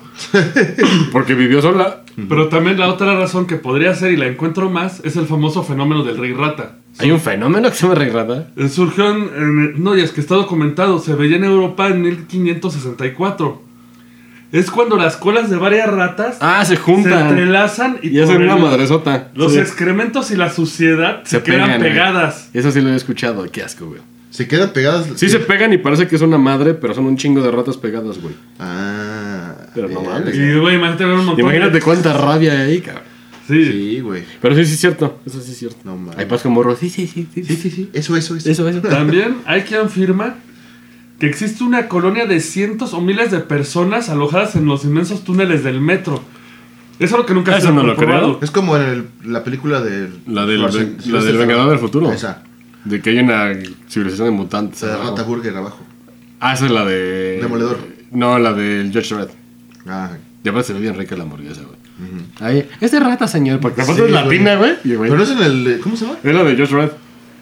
Speaker 3: porque vivió sola.
Speaker 2: Pero también la otra razón que podría ser y la encuentro más es el famoso fenómeno del rey rata.
Speaker 3: Hay un fenómeno que se me regrata.
Speaker 2: Eh, Surgió en, en- No, y es que está documentado. Se veía en Europa en 1564. Es cuando las colas de varias ratas
Speaker 3: Ah, se
Speaker 2: se
Speaker 3: juntan.
Speaker 2: entrelazan y,
Speaker 3: Y hacen
Speaker 2: por
Speaker 3: una
Speaker 2: el-
Speaker 3: madresota.
Speaker 2: Los
Speaker 3: Sí.
Speaker 2: excrementos y la suciedad se,
Speaker 3: Se
Speaker 2: quedan
Speaker 3: pegan, eh.
Speaker 2: pegadas.
Speaker 3: Eso sí lo he escuchado. Qué asco, güey.
Speaker 4: Se quedan pegadas. Eh,
Speaker 3: Sí se pegan y parece que es una madre, pero son un chingo de ratas pegadas, güey.
Speaker 4: Ah.
Speaker 3: Pero no
Speaker 4: verga.
Speaker 3: mames.
Speaker 2: Y, güey, imagínate ver un montón
Speaker 3: Imagínate
Speaker 2: de...
Speaker 3: cuánta rabia hay ahí, cabrón.
Speaker 2: sí.
Speaker 4: Sí, güey.
Speaker 3: Pero sí, sí es cierto. Eso sí es cierto.
Speaker 4: No mames.
Speaker 3: Ahí pasa morro. Sí, sí, sí, sí, sí, sí, sí.
Speaker 4: Eso, eso, eso.
Speaker 3: Eso, eso.
Speaker 2: También hay quien afirma que existe una colonia de cientos o miles de personas alojadas en los inmensos túneles del metro. Eso es lo que nunca
Speaker 3: Ah, Eso
Speaker 2: ha sido
Speaker 3: no lo
Speaker 2: comprobado.
Speaker 4: Es como en el- la película del.
Speaker 3: La del-
Speaker 4: Schwarzen-
Speaker 3: la del Vengador del Futuro.
Speaker 4: Esa.
Speaker 3: De que hay una civilización de mutantes.
Speaker 4: Esa de
Speaker 3: abajo.
Speaker 4: Rata Burger abajo.
Speaker 3: Ah, esa es la de.
Speaker 4: Demoledor.
Speaker 3: No, la del George Red.
Speaker 4: Ah.
Speaker 3: Y aparte se ve bien rica la hamburguesa, güey. Ahí. Es de rata, señor. Porque aparte
Speaker 4: Sí,
Speaker 3: es latina, güey. Y, güey,
Speaker 4: Pero es en el. ¿Cómo se llama?
Speaker 3: Es la de George Red.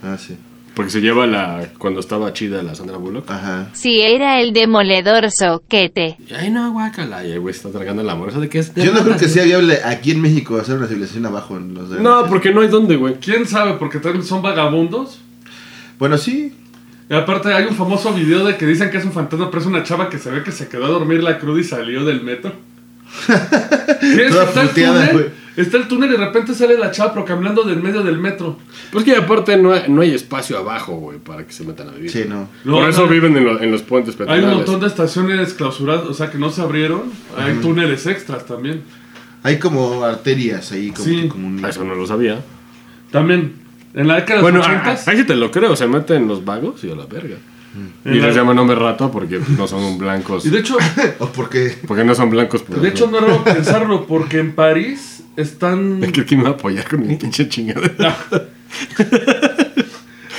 Speaker 4: Ah, sí.
Speaker 3: Porque se lleva la. Cuando estaba chida la Sandra Bullock.
Speaker 4: Ajá.
Speaker 5: Si era el demoledor soquete.
Speaker 3: Y, Ay, no, guácala. Y ahí, güey, está tragando la hamburguesa. ¿De qué es? De
Speaker 4: Yo no
Speaker 3: rata,
Speaker 4: creo que
Speaker 3: señor.
Speaker 4: sea viable aquí en México hacer una civilización abajo en los de-
Speaker 3: No, porque no hay dónde, güey.
Speaker 2: ¿Quién sabe? Porque también son vagabundos.
Speaker 4: Bueno, sí.
Speaker 2: Y aparte hay un famoso video de que dicen que es un fantasma, pero es una chava que se ve que se quedó a dormir la cruda y salió del metro. Sí, es que
Speaker 4: Toda
Speaker 2: está, el
Speaker 4: puteada, güey.
Speaker 2: túnel, está el túnel y de repente sale la chava pero caminando del medio del metro.
Speaker 3: Pues que aparte no hay, no hay espacio abajo, güey, para que se metan a vivir.
Speaker 4: Sí, no.
Speaker 2: No,
Speaker 3: Por
Speaker 2: no,
Speaker 3: eso viven en, lo- en los puentes
Speaker 2: Hay
Speaker 3: peatonales.
Speaker 2: un montón de estaciones clausuradas, o sea que no se abrieron. Hay túneles extras también.
Speaker 4: Hay como arterias ahí, como
Speaker 2: Sí.
Speaker 4: que comunican.
Speaker 3: Ah, Eso no lo sabía.
Speaker 2: También, en la década de
Speaker 3: Bueno,
Speaker 2: los
Speaker 3: ah,
Speaker 2: 80
Speaker 3: ahí sí te lo creo, se meten los vagos y a la verga.
Speaker 2: En
Speaker 3: Y
Speaker 2: la-
Speaker 3: les llaman hombre rato porque no son blancos.
Speaker 2: Y de hecho,
Speaker 4: O porque.
Speaker 3: Porque no son blancos. Pero
Speaker 2: de hecho no debo pensarlo, porque en París están.
Speaker 3: Creo que me va a apoyar con mi pinche chingada.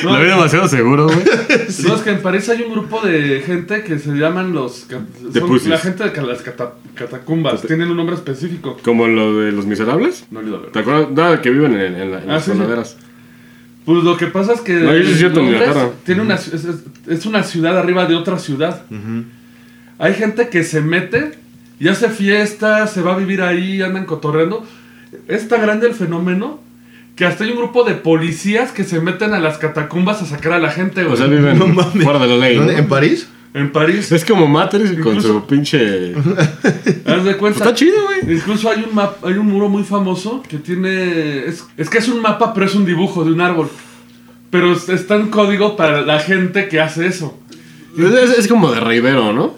Speaker 2: No,
Speaker 3: Lo vi demasiado seguro, güey.
Speaker 2: no, es que en París hay un grupo de gente que se llaman los. ca-
Speaker 3: De pussies.
Speaker 2: la gente de ca- las cata- catacumbas. Tienen un nombre específico.
Speaker 3: Como lo de los miserables.
Speaker 2: No olvido
Speaker 3: ¿Te acuerdas? Nada, que viven en, en la- en
Speaker 2: Ah,
Speaker 3: las
Speaker 2: sí, sí.
Speaker 3: coladeras.
Speaker 2: Pues lo que pasa es que.
Speaker 3: No, eso es cierto, en
Speaker 2: Londres
Speaker 3: Inglaterra.
Speaker 2: tiene una, ci- es, es- es una ciudad arriba de otra ciudad. Hay gente que se mete y hace fiestas, se va a vivir ahí, andan cotorreando. Es tan grande el fenómeno que hasta hay un grupo de policías que se meten a las catacumbas a sacar a la gente.
Speaker 3: O sea,
Speaker 2: güey.
Speaker 3: viven
Speaker 4: No mames.
Speaker 3: fuera de la ley.
Speaker 4: ¿Dónde?
Speaker 3: ¿no?
Speaker 4: ¿En París?
Speaker 2: En París,
Speaker 3: Es como Matrix con su pinche.
Speaker 2: haz de cuenta.
Speaker 3: Está chido, güey.
Speaker 2: Incluso hay un map- hay un muro muy famoso que tiene. Es, es que es un mapa, pero es un dibujo de un árbol. Pero es- está en código para la gente que hace eso.
Speaker 3: Es, es como de Rivero, ¿no?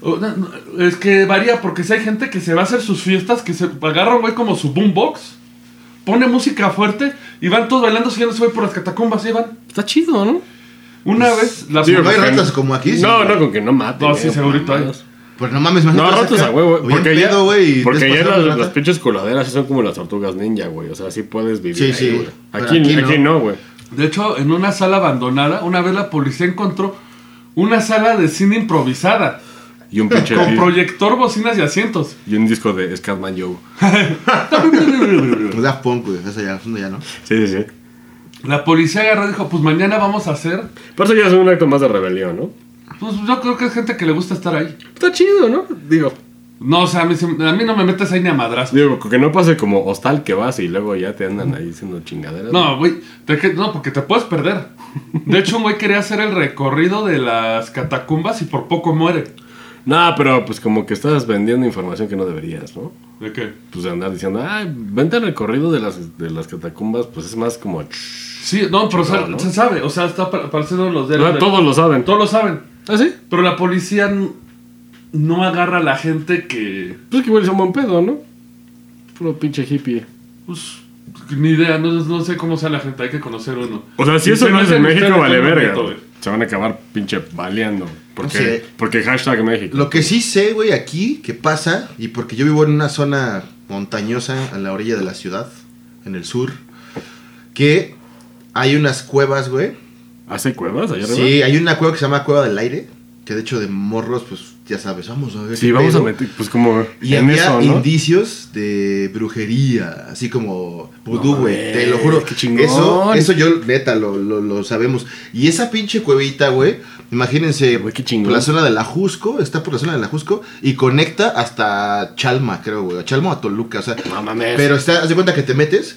Speaker 2: O, no, no, es que varía, porque si hay gente que se va a hacer sus fiestas, que se agarra un güey como su boombox, pone música fuerte y van todos bailando siguiendo ese güey por las catacumbas y van.
Speaker 3: Está chido, ¿no?
Speaker 2: Una vez la
Speaker 3: Pues, Sí,
Speaker 4: No hay
Speaker 3: porque-
Speaker 4: ratas como aquí. sí,
Speaker 3: No,
Speaker 4: güey.
Speaker 3: no, con que no maten.
Speaker 2: No, sí,
Speaker 3: eh,
Speaker 2: segurito hay.
Speaker 3: mamadas.
Speaker 4: Pues no mames,
Speaker 3: No,
Speaker 4: imagínate.
Speaker 3: ratos
Speaker 4: acá,
Speaker 3: a huevo.
Speaker 4: bien
Speaker 3: Porque ya,
Speaker 4: pedo, güey, y
Speaker 3: porque ya
Speaker 4: despasar
Speaker 3: las,
Speaker 4: una rata.
Speaker 3: las pinches coladeras son como las tortugas ninja, güey. O sea, sí puedes vivir.
Speaker 4: Sí,
Speaker 3: ahí,
Speaker 4: sí.
Speaker 3: güey.
Speaker 4: Pero
Speaker 3: Aquí,
Speaker 4: aquí no.
Speaker 3: aquí no, güey.
Speaker 2: De hecho, en una sala abandonada, una vez la policía encontró una sala de cine improvisada,
Speaker 3: Y un pinche.
Speaker 2: con
Speaker 3: y-
Speaker 2: proyector, bocinas y asientos.
Speaker 3: y un disco de Scatman Joe.
Speaker 4: Pues Daft Punk, güey. Esa ya, eso ya no.
Speaker 3: Sí, sí, sí.
Speaker 2: La policía agarró y dijo, pues mañana vamos a hacer.
Speaker 3: Por eso ya es un acto más de rebelión, ¿no?
Speaker 2: Pues yo creo que es gente que le gusta estar ahí.
Speaker 3: Está chido, ¿no? Digo,
Speaker 2: No, o sea, a mí, se- a mí no me metes ahí ni a madrazos.
Speaker 3: digo, que no pase como hostal que vas y luego ya te andan ahí haciendo chingaderas.
Speaker 2: No, güey, te que- no, porque te puedes perder. De hecho, un güey quería hacer el recorrido de las catacumbas y por poco muere.
Speaker 3: No, pero pues como que estás vendiendo información que no deberías, ¿no?
Speaker 2: ¿De qué?
Speaker 3: Pues de andar diciendo, ah, vente al recorrido de las, de las catacumbas, pues es más como.
Speaker 2: Sí, no, pero o sea,
Speaker 3: Chingado, ¿no? Ah,
Speaker 2: se sabe, o sea, está pa- pareciendo los de...
Speaker 3: O sea, todos lo saben.
Speaker 2: Todos lo saben,
Speaker 3: ¿Ah, sí?
Speaker 2: pero la policía n- no agarra a la gente que...
Speaker 3: Pues que igual es un buen pedo, ¿no? Puro pinche hippie.
Speaker 2: pues, Ni idea, no, no sé cómo sea la gente, hay que conocer uno.
Speaker 3: O sea, si eso
Speaker 2: se
Speaker 3: no es
Speaker 2: meten
Speaker 3: en México,
Speaker 2: ustedes,
Speaker 3: vale
Speaker 2: no me
Speaker 3: verga.
Speaker 2: meto,
Speaker 3: güey.
Speaker 2: güey.
Speaker 3: Se van a acabar pinche baleando. Porque,
Speaker 4: No sé.
Speaker 3: porque hashtag México.
Speaker 4: Lo que sí sé, güey, aquí que pasa, y porque yo vivo en una zona montañosa a la orilla de la ciudad, en el sur, que hay unas cuevas, güey.
Speaker 3: ¿Hace cuevas allá arriba?
Speaker 4: Sí, hay una cueva que se llama Cueva del Aire, que de hecho de morros, pues ya sabes, vamos a ver.
Speaker 3: Sí,
Speaker 4: qué
Speaker 3: vamos a
Speaker 4: pedo.
Speaker 3: meter, pues como
Speaker 4: Y
Speaker 3: en
Speaker 4: había
Speaker 3: eso, ¿no?
Speaker 4: indicios de brujería, así como vudú,
Speaker 3: No
Speaker 4: güey.
Speaker 3: mames,
Speaker 4: te lo juro.
Speaker 3: qué chingón.
Speaker 4: Eso, eso yo, neta, lo, lo- lo sabemos. Y esa pinche cuevita, güey, imagínense,
Speaker 3: Güey, qué chingón.
Speaker 4: por la zona de la Jusco, está por la zona de la Jusco y conecta hasta Chalma, creo, güey. A Chalma o a Toluca, o sea.
Speaker 3: No mames.
Speaker 4: Pero está, haz de cuenta que te metes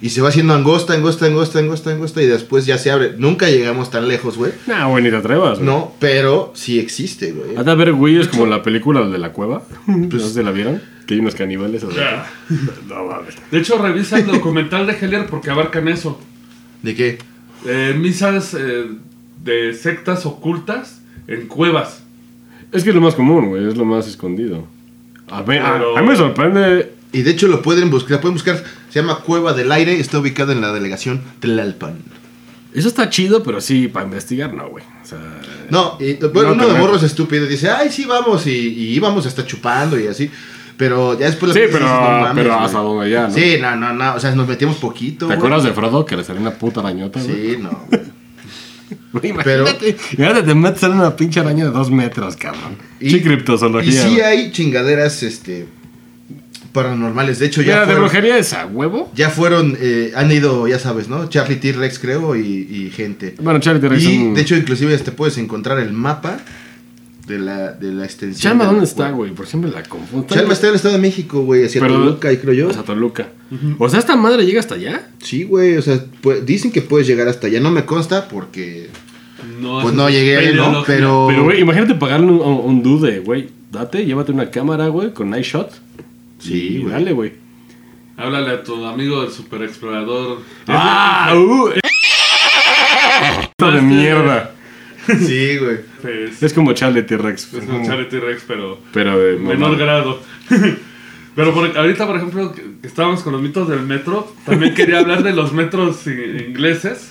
Speaker 4: y se va haciendo angosta, angosta, angosta, angosta, angosta y después ya se abre. Nunca llegamos tan lejos, güey.
Speaker 3: No, güey, ni te atrevas. güey.
Speaker 4: No, pero sí existe, güey.
Speaker 3: Ha de haber güeyes como la película de la cueva. ¿No se la vieron? Que hay unos caníbales. o sea.
Speaker 2: Ya.
Speaker 3: No mames.
Speaker 2: De hecho, revisa el documental de Hellier porque abarcan eso.
Speaker 4: ¿De qué?
Speaker 2: Eh, misas eh, de sectas ocultas en cuevas.
Speaker 3: Es que es lo más común, güey. Es lo más escondido. A, ver, a-
Speaker 2: Pero-
Speaker 3: a mí me sorprende.
Speaker 4: Y de hecho lo pueden buscar, la pueden buscar, se llama Cueva del Aire, está ubicada en la delegación Tlalpan.
Speaker 3: Eso está chido, pero sí, para investigar, no, güey. O sea.
Speaker 4: No, y, bueno,
Speaker 3: No,
Speaker 4: uno
Speaker 3: te
Speaker 4: de
Speaker 3: meto.
Speaker 4: morros estúpido dice, ay, sí, vamos, y, y íbamos hasta chupando y así. Pero ya después...
Speaker 3: Sí,
Speaker 4: las-
Speaker 3: pero- pero
Speaker 4: güey".
Speaker 3: hasta donde ya, ¿no?
Speaker 4: Sí, no, no, no, o sea, nos metíamos poquito.
Speaker 3: ¿Te
Speaker 4: güey.
Speaker 3: acuerdas de Frodo que le salió una puta arañota, güey?
Speaker 4: Sí, no. güey.
Speaker 3: Güey,
Speaker 4: Pero-
Speaker 3: Imagínate, imagínate, te metes en una pinche araña de dos metros, cabrón.
Speaker 4: Y-
Speaker 3: sí, criptozoología.
Speaker 4: Y sí
Speaker 3: güey.
Speaker 4: hay chingaderas, este, paranormales. De hecho, ya...
Speaker 3: Mira, de
Speaker 4: fueron-
Speaker 3: brujería es a huevo.
Speaker 4: Ya fueron, eh, han ido, ya sabes, ¿no? Charlie T-Rex, creo, y, y gente.
Speaker 3: Bueno, Charlie T-Rex es
Speaker 4: Y
Speaker 3: un-
Speaker 4: de hecho, inclusive te puedes encontrar el mapa de la, de la extensión.
Speaker 3: Chalma,
Speaker 4: del-
Speaker 3: ¿dónde está, güey? Por siempre la confundo.
Speaker 4: Chalma está en el Estado de México, güey, hacia
Speaker 3: Pero-
Speaker 4: Toluca, y creo yo.
Speaker 3: O sea, Toluca. O sea, esta madre llega hasta allá.
Speaker 4: sí, güey, o sea, pu- dicen que puedes llegar hasta allá. No me consta porque.
Speaker 2: No,
Speaker 4: Pues
Speaker 2: es-
Speaker 4: no llegué ahí, ¿no?
Speaker 2: ideología.
Speaker 4: Pero.
Speaker 3: Pero, güey, imagínate pagarle un, un- un dude, güey. Date, llévate una cámara, güey, con night shot.
Speaker 4: Sí,
Speaker 3: Y
Speaker 4: güey.
Speaker 3: Dale, güey.
Speaker 2: Háblale a tu amigo del super explorador.
Speaker 3: ¡Ah! ¡Uh! Esto de mierda.
Speaker 4: Sí, güey.
Speaker 2: Es,
Speaker 3: Es como Charlie T-Rex.
Speaker 2: es un Charlie T-Rex, pero
Speaker 3: Pero eh, de
Speaker 2: menor grado. Pero por- ahorita, por ejemplo, que, que estábamos con los mitos del metro, también quería hablar de los metros i- ingleses,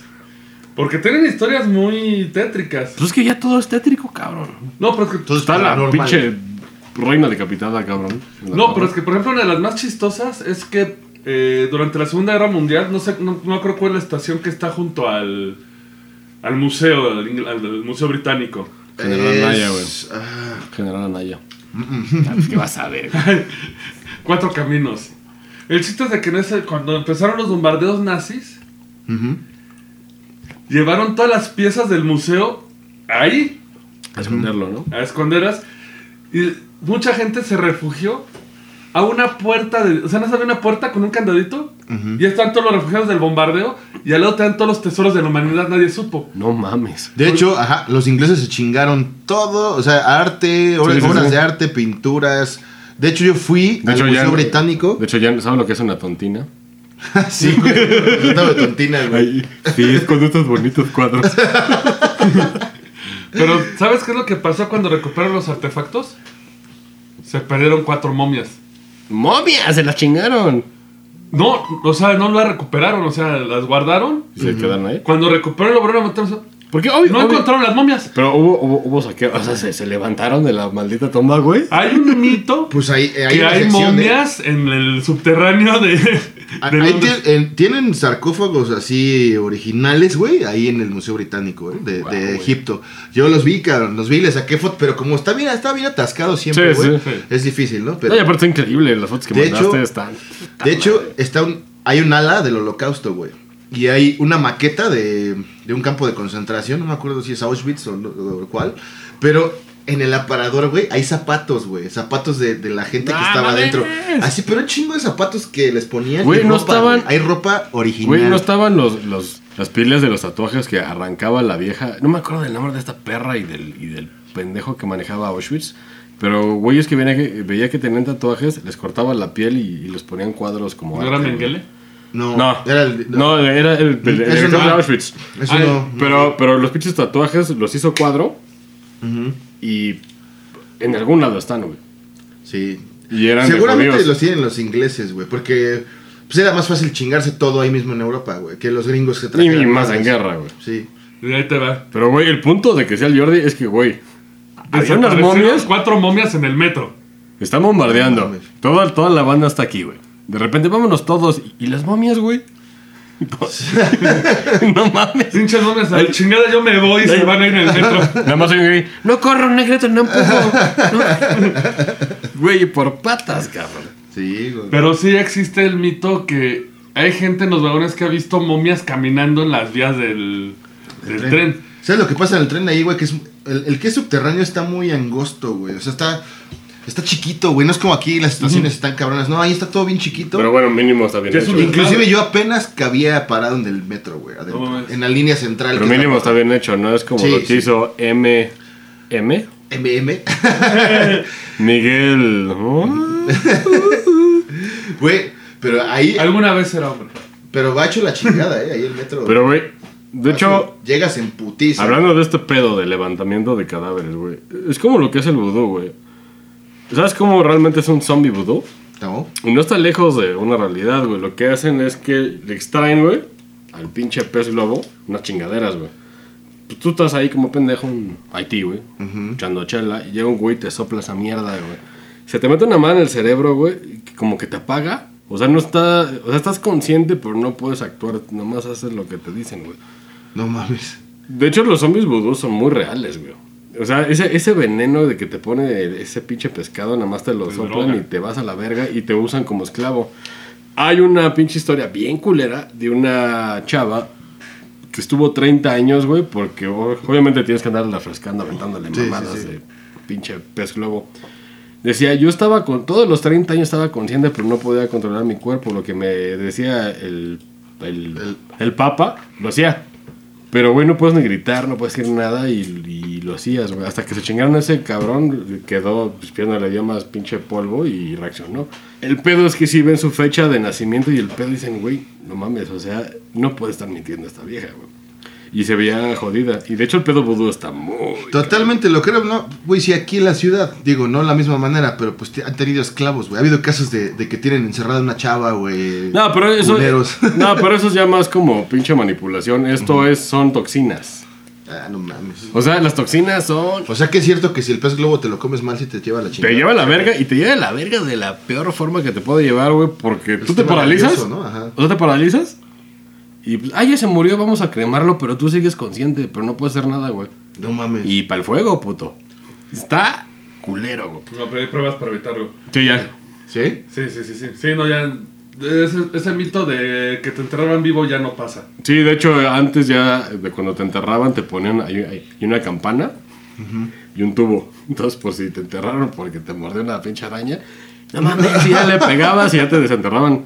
Speaker 2: porque tienen historias muy tétricas.
Speaker 3: Pues es que ya todo es tétrico, cabrón.
Speaker 2: No, pero es que,
Speaker 4: Entonces,
Speaker 3: Está la
Speaker 4: paranormal.
Speaker 3: pinche reina decapitada, cabrón. En la
Speaker 2: no,
Speaker 3: torre.
Speaker 2: pero es que, por ejemplo, una de las más chistosas es que eh, durante la Segunda Guerra Mundial, no sé, no, no creo cuál es la estación que está junto al, al museo, al, ingl- al Museo Británico.
Speaker 3: General
Speaker 4: Es-
Speaker 3: Anaya, güey.
Speaker 4: ah,
Speaker 3: General Anaya. Ah, pues, ¿Qué vas a ver? güey?
Speaker 2: Cuatro caminos. El chiste es de que en ese- cuando empezaron los bombardeos nazis,
Speaker 4: ujú.
Speaker 2: llevaron todas las piezas del museo ahí,
Speaker 3: A esconderlo, ¿no?
Speaker 2: a esconderas, y mucha gente se refugió a una puerta, de, o sea, no sabía una puerta con un candadito, y están todos los refugiados del bombardeo, y al lado te dan todos los tesoros de la humanidad, nadie supo.
Speaker 3: No mames.
Speaker 4: De hecho, ajá, los ingleses se chingaron todo, o sea, arte, obras,
Speaker 3: Sí, sí,
Speaker 4: obras
Speaker 3: sí.
Speaker 4: de arte, pinturas. De hecho, yo fui al Museo Británico.
Speaker 3: De hecho, ya ¿sabes lo que es una tontina?
Speaker 4: Sí, güey. Estaba de tontina, güey.
Speaker 3: Ay, sí, es con estos bonitos cuadros.
Speaker 2: Pero, ¿sabes qué es lo que pasó cuando recuperaron los artefactos? Se perdieron cuatro momias.
Speaker 3: ¡Momia! ¡Se la chingaron!
Speaker 2: No, o sea, no las recuperaron, o sea, las guardaron.
Speaker 3: Y se quedaron ahí.
Speaker 2: Cuando recuperaron lo volvieron a meter. o sea,
Speaker 3: Porque obvio.
Speaker 2: No
Speaker 3: obvio-
Speaker 2: encontraron las momias.
Speaker 3: Pero hubo, hubo, hubo saqueo. O sea, se, se levantaron de la maldita tumba, güey.
Speaker 4: Ah,
Speaker 2: Hay un mito
Speaker 4: Pues ahí, eh, hay
Speaker 2: que
Speaker 4: una
Speaker 2: hay
Speaker 4: sección de-
Speaker 2: momias en el subterráneo de.
Speaker 4: Ah,
Speaker 2: de
Speaker 4: ahí
Speaker 2: Londres.
Speaker 4: tie- en- tienen sarcófagos así originales, güey, ahí en el Museo Británico, güey, de,
Speaker 3: Guau,
Speaker 4: de
Speaker 3: güey.
Speaker 4: Egipto. Yo los vi, cabrón, los vi, les saqué fotos, pero como está bien, está bien atascado siempre,
Speaker 3: Sí,
Speaker 4: güey,
Speaker 3: sí, sí.
Speaker 4: es difícil, ¿no? Pero,
Speaker 3: No, y aparte está increíble. Las fotos que
Speaker 4: De
Speaker 3: mandaste
Speaker 4: hecho-
Speaker 3: están.
Speaker 4: de hecho, está un, hay un ala del holocausto, güey. Y hay una maqueta de, de un campo de concentración, no me acuerdo si es Auschwitz o, no- o cuál, pero en el aparador, güey, hay zapatos, güey, zapatos de, de la gente que
Speaker 3: Ah, No
Speaker 4: estaba
Speaker 3: mames.
Speaker 4: adentro. Así, pero un chingo de zapatos que les ponían.
Speaker 3: Güey,
Speaker 4: y
Speaker 3: no
Speaker 4: ropa,
Speaker 3: estaban-
Speaker 4: güey. Hay ropa original.
Speaker 3: Güey, no estaban los, los, las pilas de los tatuajes que arrancaba la vieja. No me acuerdo del nombre de esta perra y del, y del pendejo que manejaba Auschwitz. Pero güeyes que, veía que veía que tenían tatuajes, les cortaban la piel y, y les ponían cuadros como.
Speaker 2: ¿No era
Speaker 3: arte, güey.
Speaker 2: Mengele?
Speaker 4: No,
Speaker 3: No,
Speaker 4: era el,
Speaker 3: no, era el, el- el
Speaker 4: Eso
Speaker 3: director
Speaker 4: no.
Speaker 3: de Auschwitz.
Speaker 4: Eso
Speaker 2: Ay,
Speaker 4: no.
Speaker 3: Pero, pero los pinches tatuajes los hizo cuadro
Speaker 4: Ujú,
Speaker 3: y en algún lado están, güey.
Speaker 4: Sí.
Speaker 3: Y eran de
Speaker 4: Seguramente
Speaker 3: judíos.
Speaker 4: los tienen los ingleses, güey. Porque Pues era más fácil chingarse todo ahí mismo en Europa, güey. Que los gringos que
Speaker 3: Y
Speaker 4: trajeron.
Speaker 3: más en
Speaker 4: armas.
Speaker 3: guerra, güey.
Speaker 4: Sí.
Speaker 2: Y ahí te va.
Speaker 3: Pero, güey, el punto de que sea el Jordi es que, güey, había unas
Speaker 2: Desaparecieron
Speaker 3: momias
Speaker 2: Cuatro momias en el metro.
Speaker 3: que están bombardeando.
Speaker 4: Mames.
Speaker 3: Toda, toda la banda está aquí, güey. De repente, vámonos todos. ¿Y las momias, güey? pues, no mames.
Speaker 2: Pinches momias, a la chingada yo me voy y se van a ir en el metro.
Speaker 3: Nada más soy un gay. No corro, negrito, no empujo. No". Güey, por patas, cabrón.
Speaker 4: Sí, güey.
Speaker 2: Pero sí existe el mito que hay gente en los vagones que ha visto momias caminando en las vías del, del tren.
Speaker 4: ¿Sabes lo que pasa en el tren ahí, güey? Que es, el, el que es subterráneo está muy angosto, güey. O sea, está, está chiquito, güey. No es como aquí las estaciones están cabronas. No, ahí está todo bien chiquito.
Speaker 3: Pero bueno, mínimo está bien
Speaker 2: Que es
Speaker 3: hecho.
Speaker 2: un-
Speaker 3: güey.
Speaker 4: Inclusive yo apenas cabía parado en el metro, güey. adentro.
Speaker 2: No mames.
Speaker 4: en la línea central.
Speaker 3: Pero
Speaker 4: que es la-
Speaker 3: mínimo está bien hecho, ¿no? Es como
Speaker 4: Sí,
Speaker 3: lo que
Speaker 4: sí.
Speaker 3: hizo M. M.
Speaker 4: MM.
Speaker 3: Miguel. ¿no?
Speaker 4: Güey, pero ahí...
Speaker 2: Alguna vez era hombre.
Speaker 4: Pero va hecho la chingada, eh. Ahí el metro.
Speaker 3: Pero, güey, de hecho,
Speaker 4: Llegas en putiza.
Speaker 3: Hablando de este pedo de levantamiento de cadáveres, güey. Es como lo que es el vudú, güey. ¿Sabes cómo realmente es un zombie vudú?
Speaker 4: No.
Speaker 3: Y no está lejos de una realidad, güey. Lo que hacen es que le extraen, güey, al pinche pez globo, unas chingaderas, güey. Pues tú estás ahí como pendejo en Haití, güey, echando chela, y llega un güey y te sopla esa mierda, güey. Se te mete una mano en el cerebro, güey, que como que te apaga. O sea, no está. O sea, estás consciente, pero no puedes actuar. Nomás haces lo que te dicen, güey.
Speaker 4: No mames.
Speaker 3: De hecho, los zombies vudú son muy reales, güey. O sea, ese, ese veneno de que te pone ese pinche pescado, nada más te lo
Speaker 2: Te
Speaker 3: soplan
Speaker 2: droga.
Speaker 3: y te vas a la verga y te usan como esclavo. Hay una pinche historia bien culera de una chava que estuvo 30 años, güey, porque o- obviamente tienes que andarla frescando, aventándole
Speaker 4: Sí, sí,
Speaker 3: mamadas
Speaker 4: sí.
Speaker 3: de pinche pez globo. Decía, yo estaba con todos los 30 años estaba consciente, pero no podía controlar mi cuerpo. Lo que me decía el, el,
Speaker 4: El-
Speaker 3: el papa, lo hacía. Pero, güey, no puedes ni gritar, no puedes decir nada y, y lo hacías, güey. Hasta que se chingaron a ese cabrón, quedó, pues, pierna le dio más pinche polvo y reaccionó. El pedo es que si ven su fecha de nacimiento y el pedo dicen, güey, no mames, o sea, no puede estar mintiendo esta vieja, güey. Y se veía jodida. Y de hecho el pedo vudú está muy...
Speaker 4: Totalmente, lo que era, no, güey, si aquí en la ciudad, digo, no la misma manera, pero pues te- han tenido esclavos, güey. Ha habido casos de, de que tienen encerrada una chava, güey.
Speaker 3: No, pero eso...
Speaker 4: Culeros.
Speaker 3: No, pero eso es ya más como pinche manipulación. Esto es, son toxinas.
Speaker 4: Ah, no mames.
Speaker 3: O sea, las toxinas son...
Speaker 4: O sea que es cierto que si el pez globo te lo comes mal, si te lleva la chingada.
Speaker 3: Te lleva a la verga y te lleva a la verga de la peor forma que te puede llevar, güey, porque tú te
Speaker 4: Está
Speaker 3: paralizas.
Speaker 4: maravilloso, ¿no? Ajá.
Speaker 3: O sea, te paralizas y pues, ay, ya se murió, vamos a cremarlo, pero tú sigues consciente, pero no puedes hacer nada, güey.
Speaker 4: No mames.
Speaker 3: Y para el fuego, puto. Está culero, güey.
Speaker 2: No, pero hay pruebas para evitarlo.
Speaker 3: Sí, ya.
Speaker 4: ¿Sí?
Speaker 2: Sí, sí, sí, sí. Sí, no, ya. Ese, ese mito de que te enterraban vivo ya no pasa.
Speaker 3: Sí, de hecho, antes ya, de cuando te enterraban, te ponían ahí- ahí- y una campana y un tubo. Entonces, por si te enterraron porque te mordió una pinche araña, no mames, y ya le pegabas y ya te desenterraban.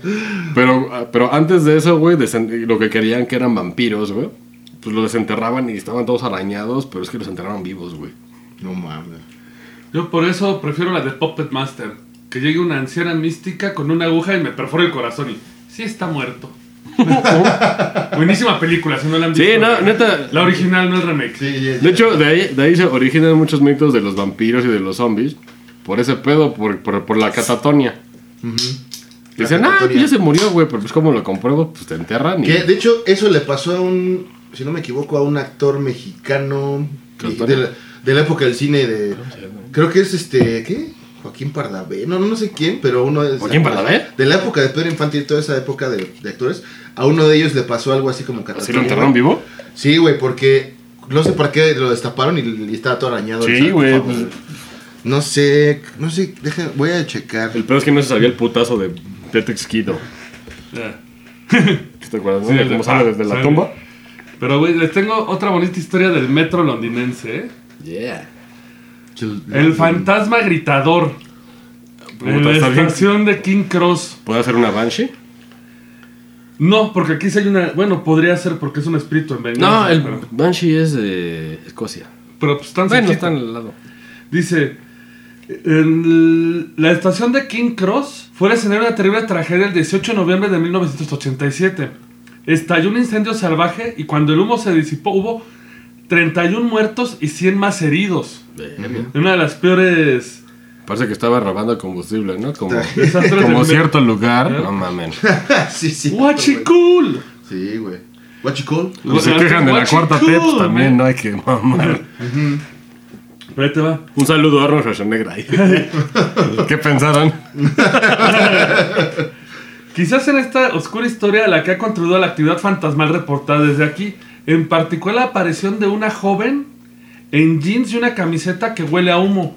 Speaker 3: Pero, ah, pero antes de eso, güey, desen- lo que querían que eran vampiros, güey, pues lo desenterraban y estaban todos arañados, pero es que los enterraban vivos, güey.
Speaker 4: No mames.
Speaker 2: Yo por eso prefiero la de Puppet Master. Que llegue una anciana mística con una aguja y me perfora el corazón y. Sí, está muerto. Buenísima película, si no la han
Speaker 3: Sí,
Speaker 2: visto.
Speaker 3: no, neta.
Speaker 2: La original no el remake.
Speaker 4: Sí, ya-
Speaker 3: De hecho, de ahí, de ahí se originan muchos mitos de los vampiros y de los zombies. Por ese pedo, por, por, por la catatonia. Que Dicen,
Speaker 4: La
Speaker 3: ah,
Speaker 4: catatonia".
Speaker 3: pues ya se murió, güey. Pero pues, ¿cómo lo compruebo? Pues te enterran y...
Speaker 4: Que, de hecho, eso le pasó a un, si no me equivoco, a un actor mexicano y-
Speaker 3: Antonio?
Speaker 4: de la, de la época del cine de... Creo que es este, ¿qué? Joaquín Pardavé, no, no, no sé quién, pero uno de...
Speaker 3: ¿Joaquín Pardavé?
Speaker 4: De la época de Pedro Infante y toda esa época de, de actores, a uno de ellos le pasó algo así como
Speaker 3: ¿Así lo
Speaker 4: catatonia.
Speaker 3: enterraron vivo?
Speaker 4: Sí, güey, porque no sé por qué lo destaparon y, y estaba todo arañado. el
Speaker 3: Sí,
Speaker 4: sarcófago,
Speaker 3: güey, pues-
Speaker 4: No sé, no sé, deja, voy a checar.
Speaker 3: El pedo es que no se sabía el putazo de, de Texquido.
Speaker 2: Ya.
Speaker 3: ¿Te acuerdas?
Speaker 2: Sí,
Speaker 3: no?
Speaker 2: el
Speaker 3: ¿Cómo
Speaker 2: de-
Speaker 3: sale
Speaker 2: ah,
Speaker 3: desde la
Speaker 2: sale.
Speaker 3: tumba?
Speaker 2: Pero, güey, les tengo otra bonita historia del metro londinense, ¿eh?
Speaker 3: Yeah.
Speaker 2: El fantasma gritador. En la estación de King Cross.
Speaker 3: ¿Puedo hacer una Banshee?
Speaker 2: No, porque aquí sí hay una. Bueno, podría ser porque es un espíritu en venganza. pero,
Speaker 3: Banshee es de Escocia.
Speaker 2: pero, pues tan
Speaker 3: Bueno,
Speaker 2: cerquita.
Speaker 3: está al lado.
Speaker 2: Dice, en la estación de King Cross fue el escenario de una terrible tragedia el 18 de noviembre de 1987. Estalló un incendio salvaje y cuando el humo se disipó hubo 31 muertos y 100 más heridos. En una de las peores
Speaker 3: Parece que estaba robando combustible, ¿no? Como,
Speaker 2: Desastre
Speaker 3: como
Speaker 2: del-
Speaker 3: cierto lugar.
Speaker 2: ¿Eh?
Speaker 3: No mamen.
Speaker 4: sí, sí.
Speaker 2: ¡Huachicol!
Speaker 4: Sí, güey. What you call?
Speaker 3: Y
Speaker 2: Pues
Speaker 3: se quejan de la cuarta T, pues
Speaker 2: Huachicol,
Speaker 3: también
Speaker 2: man.
Speaker 3: no hay que mamar.
Speaker 2: Pero ahí te va.
Speaker 3: Un saludo a Arnold Schwarzenegger ahí. ¿Qué pensaron?
Speaker 2: Quizás en esta oscura historia a la que ha contribuido la actividad fantasmal reportada desde aquí, en particular la aparición de una joven en jeans y una camiseta que huele a humo.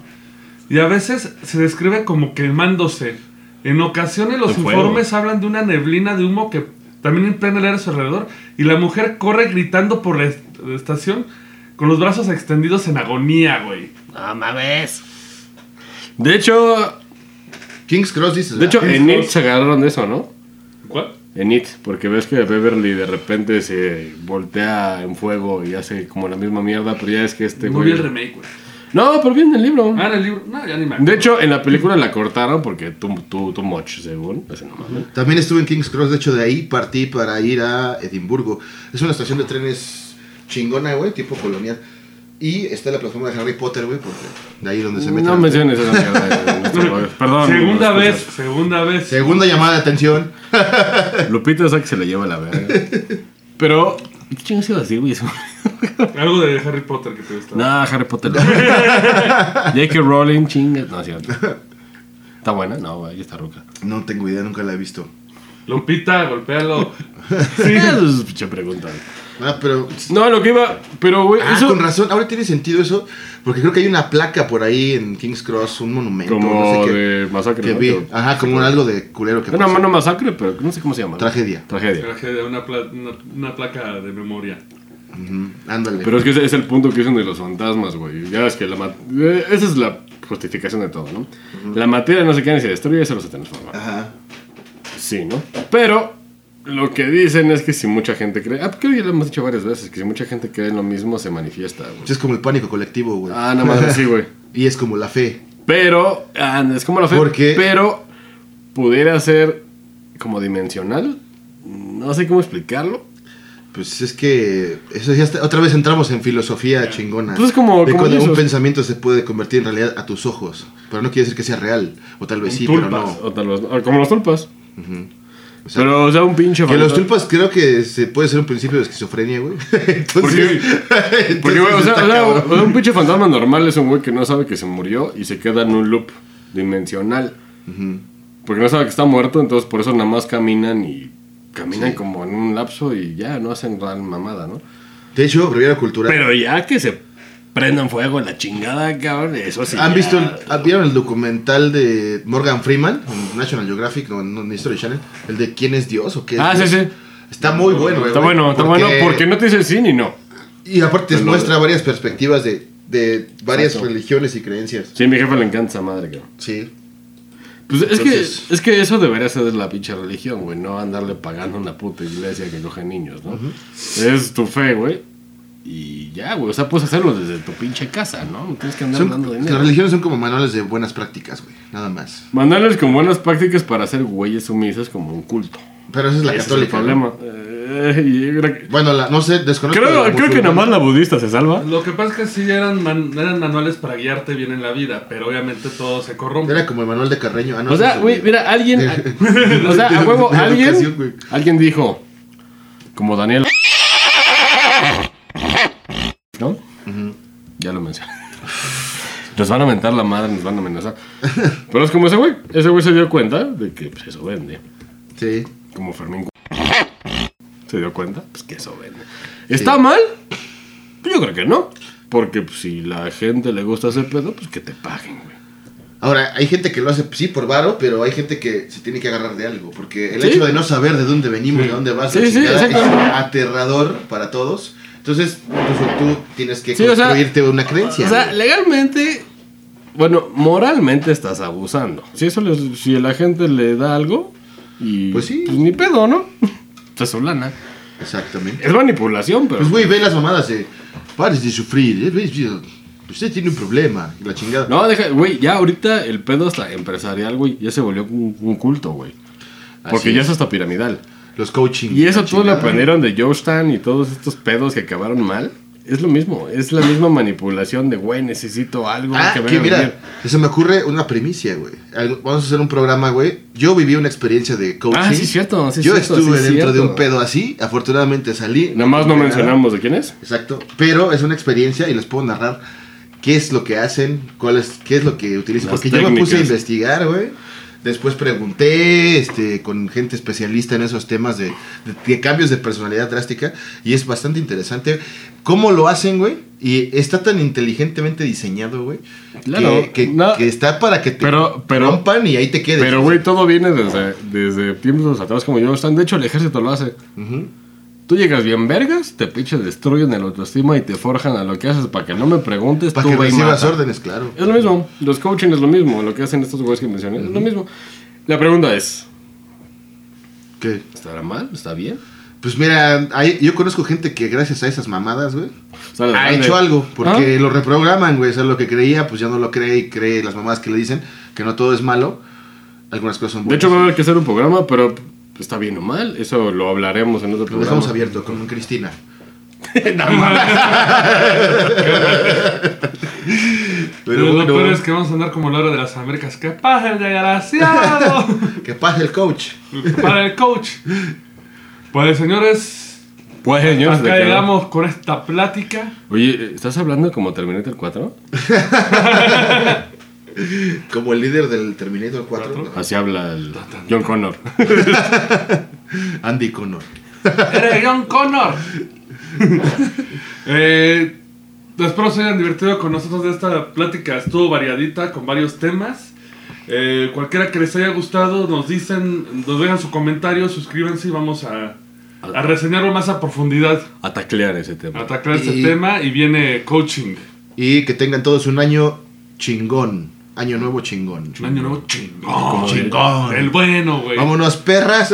Speaker 2: Y a veces se describe como quemándose. En ocasiones los
Speaker 3: De fuego.
Speaker 2: informes hablan de una neblina de humo que también impregna el aire a su alrededor y la mujer corre gritando por la est- estación con los brazos extendidos en agonía, güey.
Speaker 3: No mames. De hecho,
Speaker 4: King's Cross dices.
Speaker 3: de hecho
Speaker 4: ¿verdad?
Speaker 3: en IT se agarraron de eso, ¿no?
Speaker 2: ¿Cuál?
Speaker 3: En IT, porque ves que Beverly de repente se voltea en fuego y hace como la misma mierda, pero ya es que este
Speaker 2: no vi
Speaker 3: güey.
Speaker 2: el remake, güey.
Speaker 3: No, pero bien el libro.
Speaker 2: Ah, en el libro. No, ya ni me acuerdo.
Speaker 3: De hecho, en la película la cortaron porque too, too, too much, según. Así, no mames.
Speaker 4: También estuve en King's Cross, de hecho de ahí partí para ir a Edimburgo. Es una estación de trenes chingona, güey, tipo colonial. Y está la plataforma de Harry Potter, güey, porque de ahí donde se mete.
Speaker 3: No
Speaker 4: la-
Speaker 3: menciones esa mierda. en nuestro podcast. Perdón.
Speaker 2: segunda
Speaker 3: amigos,
Speaker 2: vez, segunda vez.
Speaker 4: Segunda llamada de atención.
Speaker 3: escuchas. Lupita es la que se le lleva la verga. Pero. ¿Qué chingas iba a decir, güey? Se me
Speaker 2: Algo de Harry Potter que te gusta.
Speaker 3: Nah, Harry Potter. no. J.K. Rowling, chingas. No, es cierto. ¿Está buena? No, güey, está roca.
Speaker 4: No tengo idea, nunca la he visto.
Speaker 2: Lupita, golpéalo.
Speaker 3: Sí. es pinche pregunta. güey.
Speaker 4: Ah, pero.
Speaker 3: No, lo que iba. Pero, güey,
Speaker 4: Ah,
Speaker 3: eso.
Speaker 4: con razón, ahora tiene sentido eso, porque creo que hay una placa por ahí en King's Cross, un monumento,
Speaker 3: Como
Speaker 4: no sé qué.
Speaker 3: de masacre.
Speaker 4: que
Speaker 3: ¿no?
Speaker 4: vi.
Speaker 3: Que-
Speaker 4: Ajá, como algo de culero que
Speaker 3: Una
Speaker 4: pasó.
Speaker 3: mano masacre, pero no sé cómo se llama.
Speaker 4: Tragedia.
Speaker 3: Tragedia.
Speaker 2: Traje de una, pla- una, una placa de memoria.
Speaker 4: Ujú, Ándale.
Speaker 3: Pero es que ese es el punto que dicen de los fantasmas, güey. Ya es que la ma- eh, Esa es la justificación de todo, ¿no? La materia no se queda ni se destruye, solo se transforma.
Speaker 4: Ajá.
Speaker 3: Sí, ¿no? Pero lo que dicen es que si mucha gente cree. Ah, creo que ya lo hemos dicho varias veces, que si mucha gente cree en lo mismo se manifiesta, güey.
Speaker 4: Es como el pánico colectivo, güey.
Speaker 3: Ah, no mames, sí, güey.
Speaker 4: Y es como la fe.
Speaker 3: Pero, ah, es como la fe.
Speaker 4: ¿Por qué?
Speaker 3: Pero pudiera ser como dimensional. No sé cómo explicarlo.
Speaker 4: Pues es que eso ya está- otra vez entramos en filosofía chingona.
Speaker 3: Pues es como-
Speaker 4: de
Speaker 3: como
Speaker 4: cuando
Speaker 3: esos.
Speaker 4: un pensamiento se puede convertir en realidad a tus ojos, pero no quiere decir que sea real, o tal vez
Speaker 2: Un
Speaker 4: sí,
Speaker 2: tulpas.
Speaker 4: pero no.
Speaker 3: O tal vez. o Como los tulpas.
Speaker 4: O sea,
Speaker 3: pero, o sea, un pinche
Speaker 4: que los
Speaker 3: fantasma-
Speaker 4: tulpas creo que se puede ser un principio de esquizofrenia, güey. Entonces, entonces
Speaker 3: Porque, güey, o sea,
Speaker 4: está
Speaker 3: o sea,
Speaker 4: cabrón.
Speaker 3: o sea, un pinche fantasma normal es un güey que no sabe que se murió y se queda en un loop dimensional. Porque no sabe que está muerto, entonces por eso nada más caminan y caminan como en un lapso y ya, no hacen gran mamada, ¿no?
Speaker 4: De hecho, Riviera Cultural.
Speaker 3: Pero ya que se prendan fuego la chingada, cabrón, eso sí.
Speaker 4: ¿Han
Speaker 3: ya-
Speaker 4: visto el, ah, ¿Vieron el documental de Morgan Freeman en National Geographic o en en History Channel? El de ¿Quién es Dios o qué es
Speaker 3: Ah,
Speaker 4: Dios?
Speaker 3: sí, sí.
Speaker 4: Está muy bueno, güey.
Speaker 3: Está bueno, está bueno, porque no te dice sí ni no.
Speaker 4: Y aparte
Speaker 3: Pues
Speaker 4: te
Speaker 3: lo-
Speaker 4: muestra varias perspectivas de, de varias
Speaker 3: Exacto.
Speaker 4: religiones y creencias.
Speaker 3: Sí, a mi jefe le encanta esa madre, cabrón.
Speaker 4: Sí.
Speaker 3: Pues es
Speaker 4: Entonces-
Speaker 3: que, es que eso debería ser la pinche religión, güey. No andarle pagando a una puta iglesia que coge niños, ¿no? Es tu fe, güey. Y ya, güey. O sea, puedes hacerlo desde tu pinche casa, ¿no? No tienes que andar
Speaker 4: Son-
Speaker 3: dando
Speaker 4: las
Speaker 3: dinero.
Speaker 4: religiones son como manuales de buenas prácticas, güey. Nada más.
Speaker 3: Mandarles con buenas prácticas para hacer güeyes sumisas como un culto.
Speaker 4: Pero esa es la
Speaker 3: Ese es el
Speaker 4: católica.
Speaker 3: problema. Eh, y creo que-
Speaker 4: ¿no? Bueno, la- no sé, desconozco. la
Speaker 3: creo, creo que
Speaker 4: musulmana.
Speaker 3: nada más la budista se salva.
Speaker 2: Lo que pasa es que sí eran, man- eran manuales para guiarte bien en la vida, pero obviamente todo se corrompe.
Speaker 4: Era como el manual de Carreño. Ah, no,
Speaker 3: O sea,
Speaker 4: sí,
Speaker 3: güey, mira, alguien. o sea, a huevo,
Speaker 4: De educación,
Speaker 3: alguien.
Speaker 4: güey.
Speaker 3: Alguien dijo. Como Daniel. ¿No? Ya lo mencioné. Nos van a mentar la madre, nos van a amenazar. Pero es como ese güey. Ese güey se dio cuenta de que pues, eso vende.
Speaker 4: Sí.
Speaker 3: Como Fermín. Se dio cuenta, pues que eso vende. ¿Está mal? Pues, Yo creo que no. Porque pues, si la gente le gusta ese pedo, pues que te paguen, güey.
Speaker 4: Ahora, hay gente que lo hace, sí, por varo, pero hay gente que se tiene que agarrar de algo. Porque el
Speaker 3: Sí.
Speaker 4: hecho de no saber de dónde venimos, de dónde vas, la
Speaker 3: Sí, sí,
Speaker 4: chingada, es
Speaker 3: exacto.
Speaker 4: aterrador para todos. Entonces, pues, tú tienes que
Speaker 3: Sí, o sea,
Speaker 4: construirte una creencia.
Speaker 3: O sea,
Speaker 4: güey.
Speaker 3: legalmente, bueno, moralmente estás abusando. Si eso les- si a la gente le da algo y
Speaker 4: Pues sí.
Speaker 3: ni pedo, ¿no? Pues Es su lana.
Speaker 4: Exactamente.
Speaker 3: Es manipulación, pero
Speaker 4: Pues, güey, ve las mamadas de. Pares de sufrir. eh, güey, sí, Usted tiene un problema. y La chingada.
Speaker 3: no, deja, güey, ya ahorita el pedo hasta empresarial, güey, ya se volvió un, un culto, güey. Porque
Speaker 4: Así
Speaker 3: ya
Speaker 4: es.
Speaker 3: es hasta piramidal.
Speaker 4: Los coaching.
Speaker 3: Y eso
Speaker 4: la
Speaker 3: todo lo
Speaker 4: chingada.
Speaker 3: aprendieron de Georgetown y todos estos pedos que acabaron mal. Es lo mismo, es la misma manipulación de, güey, necesito algo
Speaker 4: Ah,
Speaker 3: que me
Speaker 4: que
Speaker 3: haga venir.
Speaker 4: mira, se me ocurre una primicia, güey. Al- Vamos a hacer un programa, güey. Yo viví una experiencia de coaching.
Speaker 3: Ah, sí, cierto, sí,
Speaker 4: Yo
Speaker 3: cierto,
Speaker 4: estuve
Speaker 3: sí,
Speaker 4: dentro de
Speaker 3: cierto.
Speaker 4: un pedo así. Afortunadamente salí.
Speaker 3: Nada más no
Speaker 4: Nada.
Speaker 3: mencionamos de quién es.
Speaker 4: Exacto. Pero es una experiencia y les puedo narrar qué es lo que hacen, cuál es, qué es lo que utilizan.
Speaker 3: Las
Speaker 4: Porque yo me puse a
Speaker 3: técnicas.
Speaker 4: investigar, güey. Después pregunté este, con gente especialista en esos temas de, de- de cambios de personalidad drástica. Y es bastante interesante cómo lo hacen, güey. Y está tan inteligentemente diseñado, güey.
Speaker 3: Claro,
Speaker 4: que, que-
Speaker 3: no.
Speaker 4: que está para que te
Speaker 3: Pero- pero-
Speaker 4: rompan y ahí te quedes.
Speaker 3: Pero, güey, todo viene desde, desde tiempos atrás como yo. Están, de hecho, el ejército lo hace.
Speaker 4: Ujú.
Speaker 3: Tú llegas bien vergas, te pinche destruyen el autoestima y te forjan a lo que haces para que no me preguntes.
Speaker 4: Para
Speaker 3: tú
Speaker 4: que
Speaker 3: ve y
Speaker 4: recibas
Speaker 3: mata.
Speaker 4: órdenes, claro.
Speaker 3: Es lo mismo. Los coaching es lo mismo. Lo que hacen estos güeyes que mencioné es lo mismo. La pregunta es:
Speaker 4: Que-
Speaker 3: ¿estará mal? ¿Está bien?
Speaker 4: Pues mira, hay- yo conozco gente que gracias a esas mamadas, güey,
Speaker 3: O sea,
Speaker 4: ha
Speaker 3: depende.
Speaker 4: hecho algo, porque
Speaker 3: ¿Ah?
Speaker 4: lo reprograman, güey. O sea, lo que creía, pues ya no lo cree y cree las mamadas que le dicen, que no todo es malo. Algunas cosas son
Speaker 3: De
Speaker 4: buenas.
Speaker 3: hecho, va a haber que hacer un programa, pero está bien o mal. Eso lo hablaremos en otro
Speaker 4: lo
Speaker 3: programa.
Speaker 4: dejamos abierto con Cristina.
Speaker 2: Pero,
Speaker 4: Pero
Speaker 2: lo peor
Speaker 4: bueno,
Speaker 2: es que vamos a andar como la hora de las Américas. ¡Que pasa el desgraciado!
Speaker 4: que pase el coach.
Speaker 2: Para el coach. Pues señores,
Speaker 3: Pues, señores, de
Speaker 2: acá
Speaker 3: qué va.
Speaker 2: llegamos con esta plática.
Speaker 3: Oye, ¿estás hablando como Terminator 4?
Speaker 4: Como el líder del Terminator 4,
Speaker 3: Así habla el John Connor.
Speaker 4: Andy Connor.
Speaker 2: ¡Eres John Connor! Eh, espero se hayan divertido con nosotros de esta plática. Estuvo variadita con varios temas. Eh, cualquiera que les haya gustado, nos dicen, nos dejan su comentario, suscríbanse y vamos a, a reseñarlo más a profundidad.
Speaker 3: A taclear ese tema.
Speaker 2: A tacklear este
Speaker 4: Y-
Speaker 2: tema y viene coaching.
Speaker 4: Y que tengan todos un año chingón. Año nuevo chingón.
Speaker 2: Un año nuevo chingón.
Speaker 4: Como chingón.
Speaker 2: El bueno, güey.
Speaker 4: Vámonos, perras.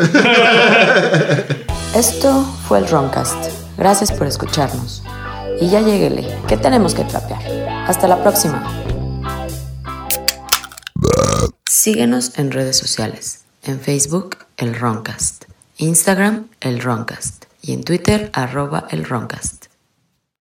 Speaker 1: Esto fue el Roncast. Gracias por escucharnos. Y ya lleguele, que tenemos que trapear. Hasta la próxima. Síguenos en redes sociales. En Facebook, el Roncast. Instagram, el Roncast. Y en Twitter, arroba el Roncast.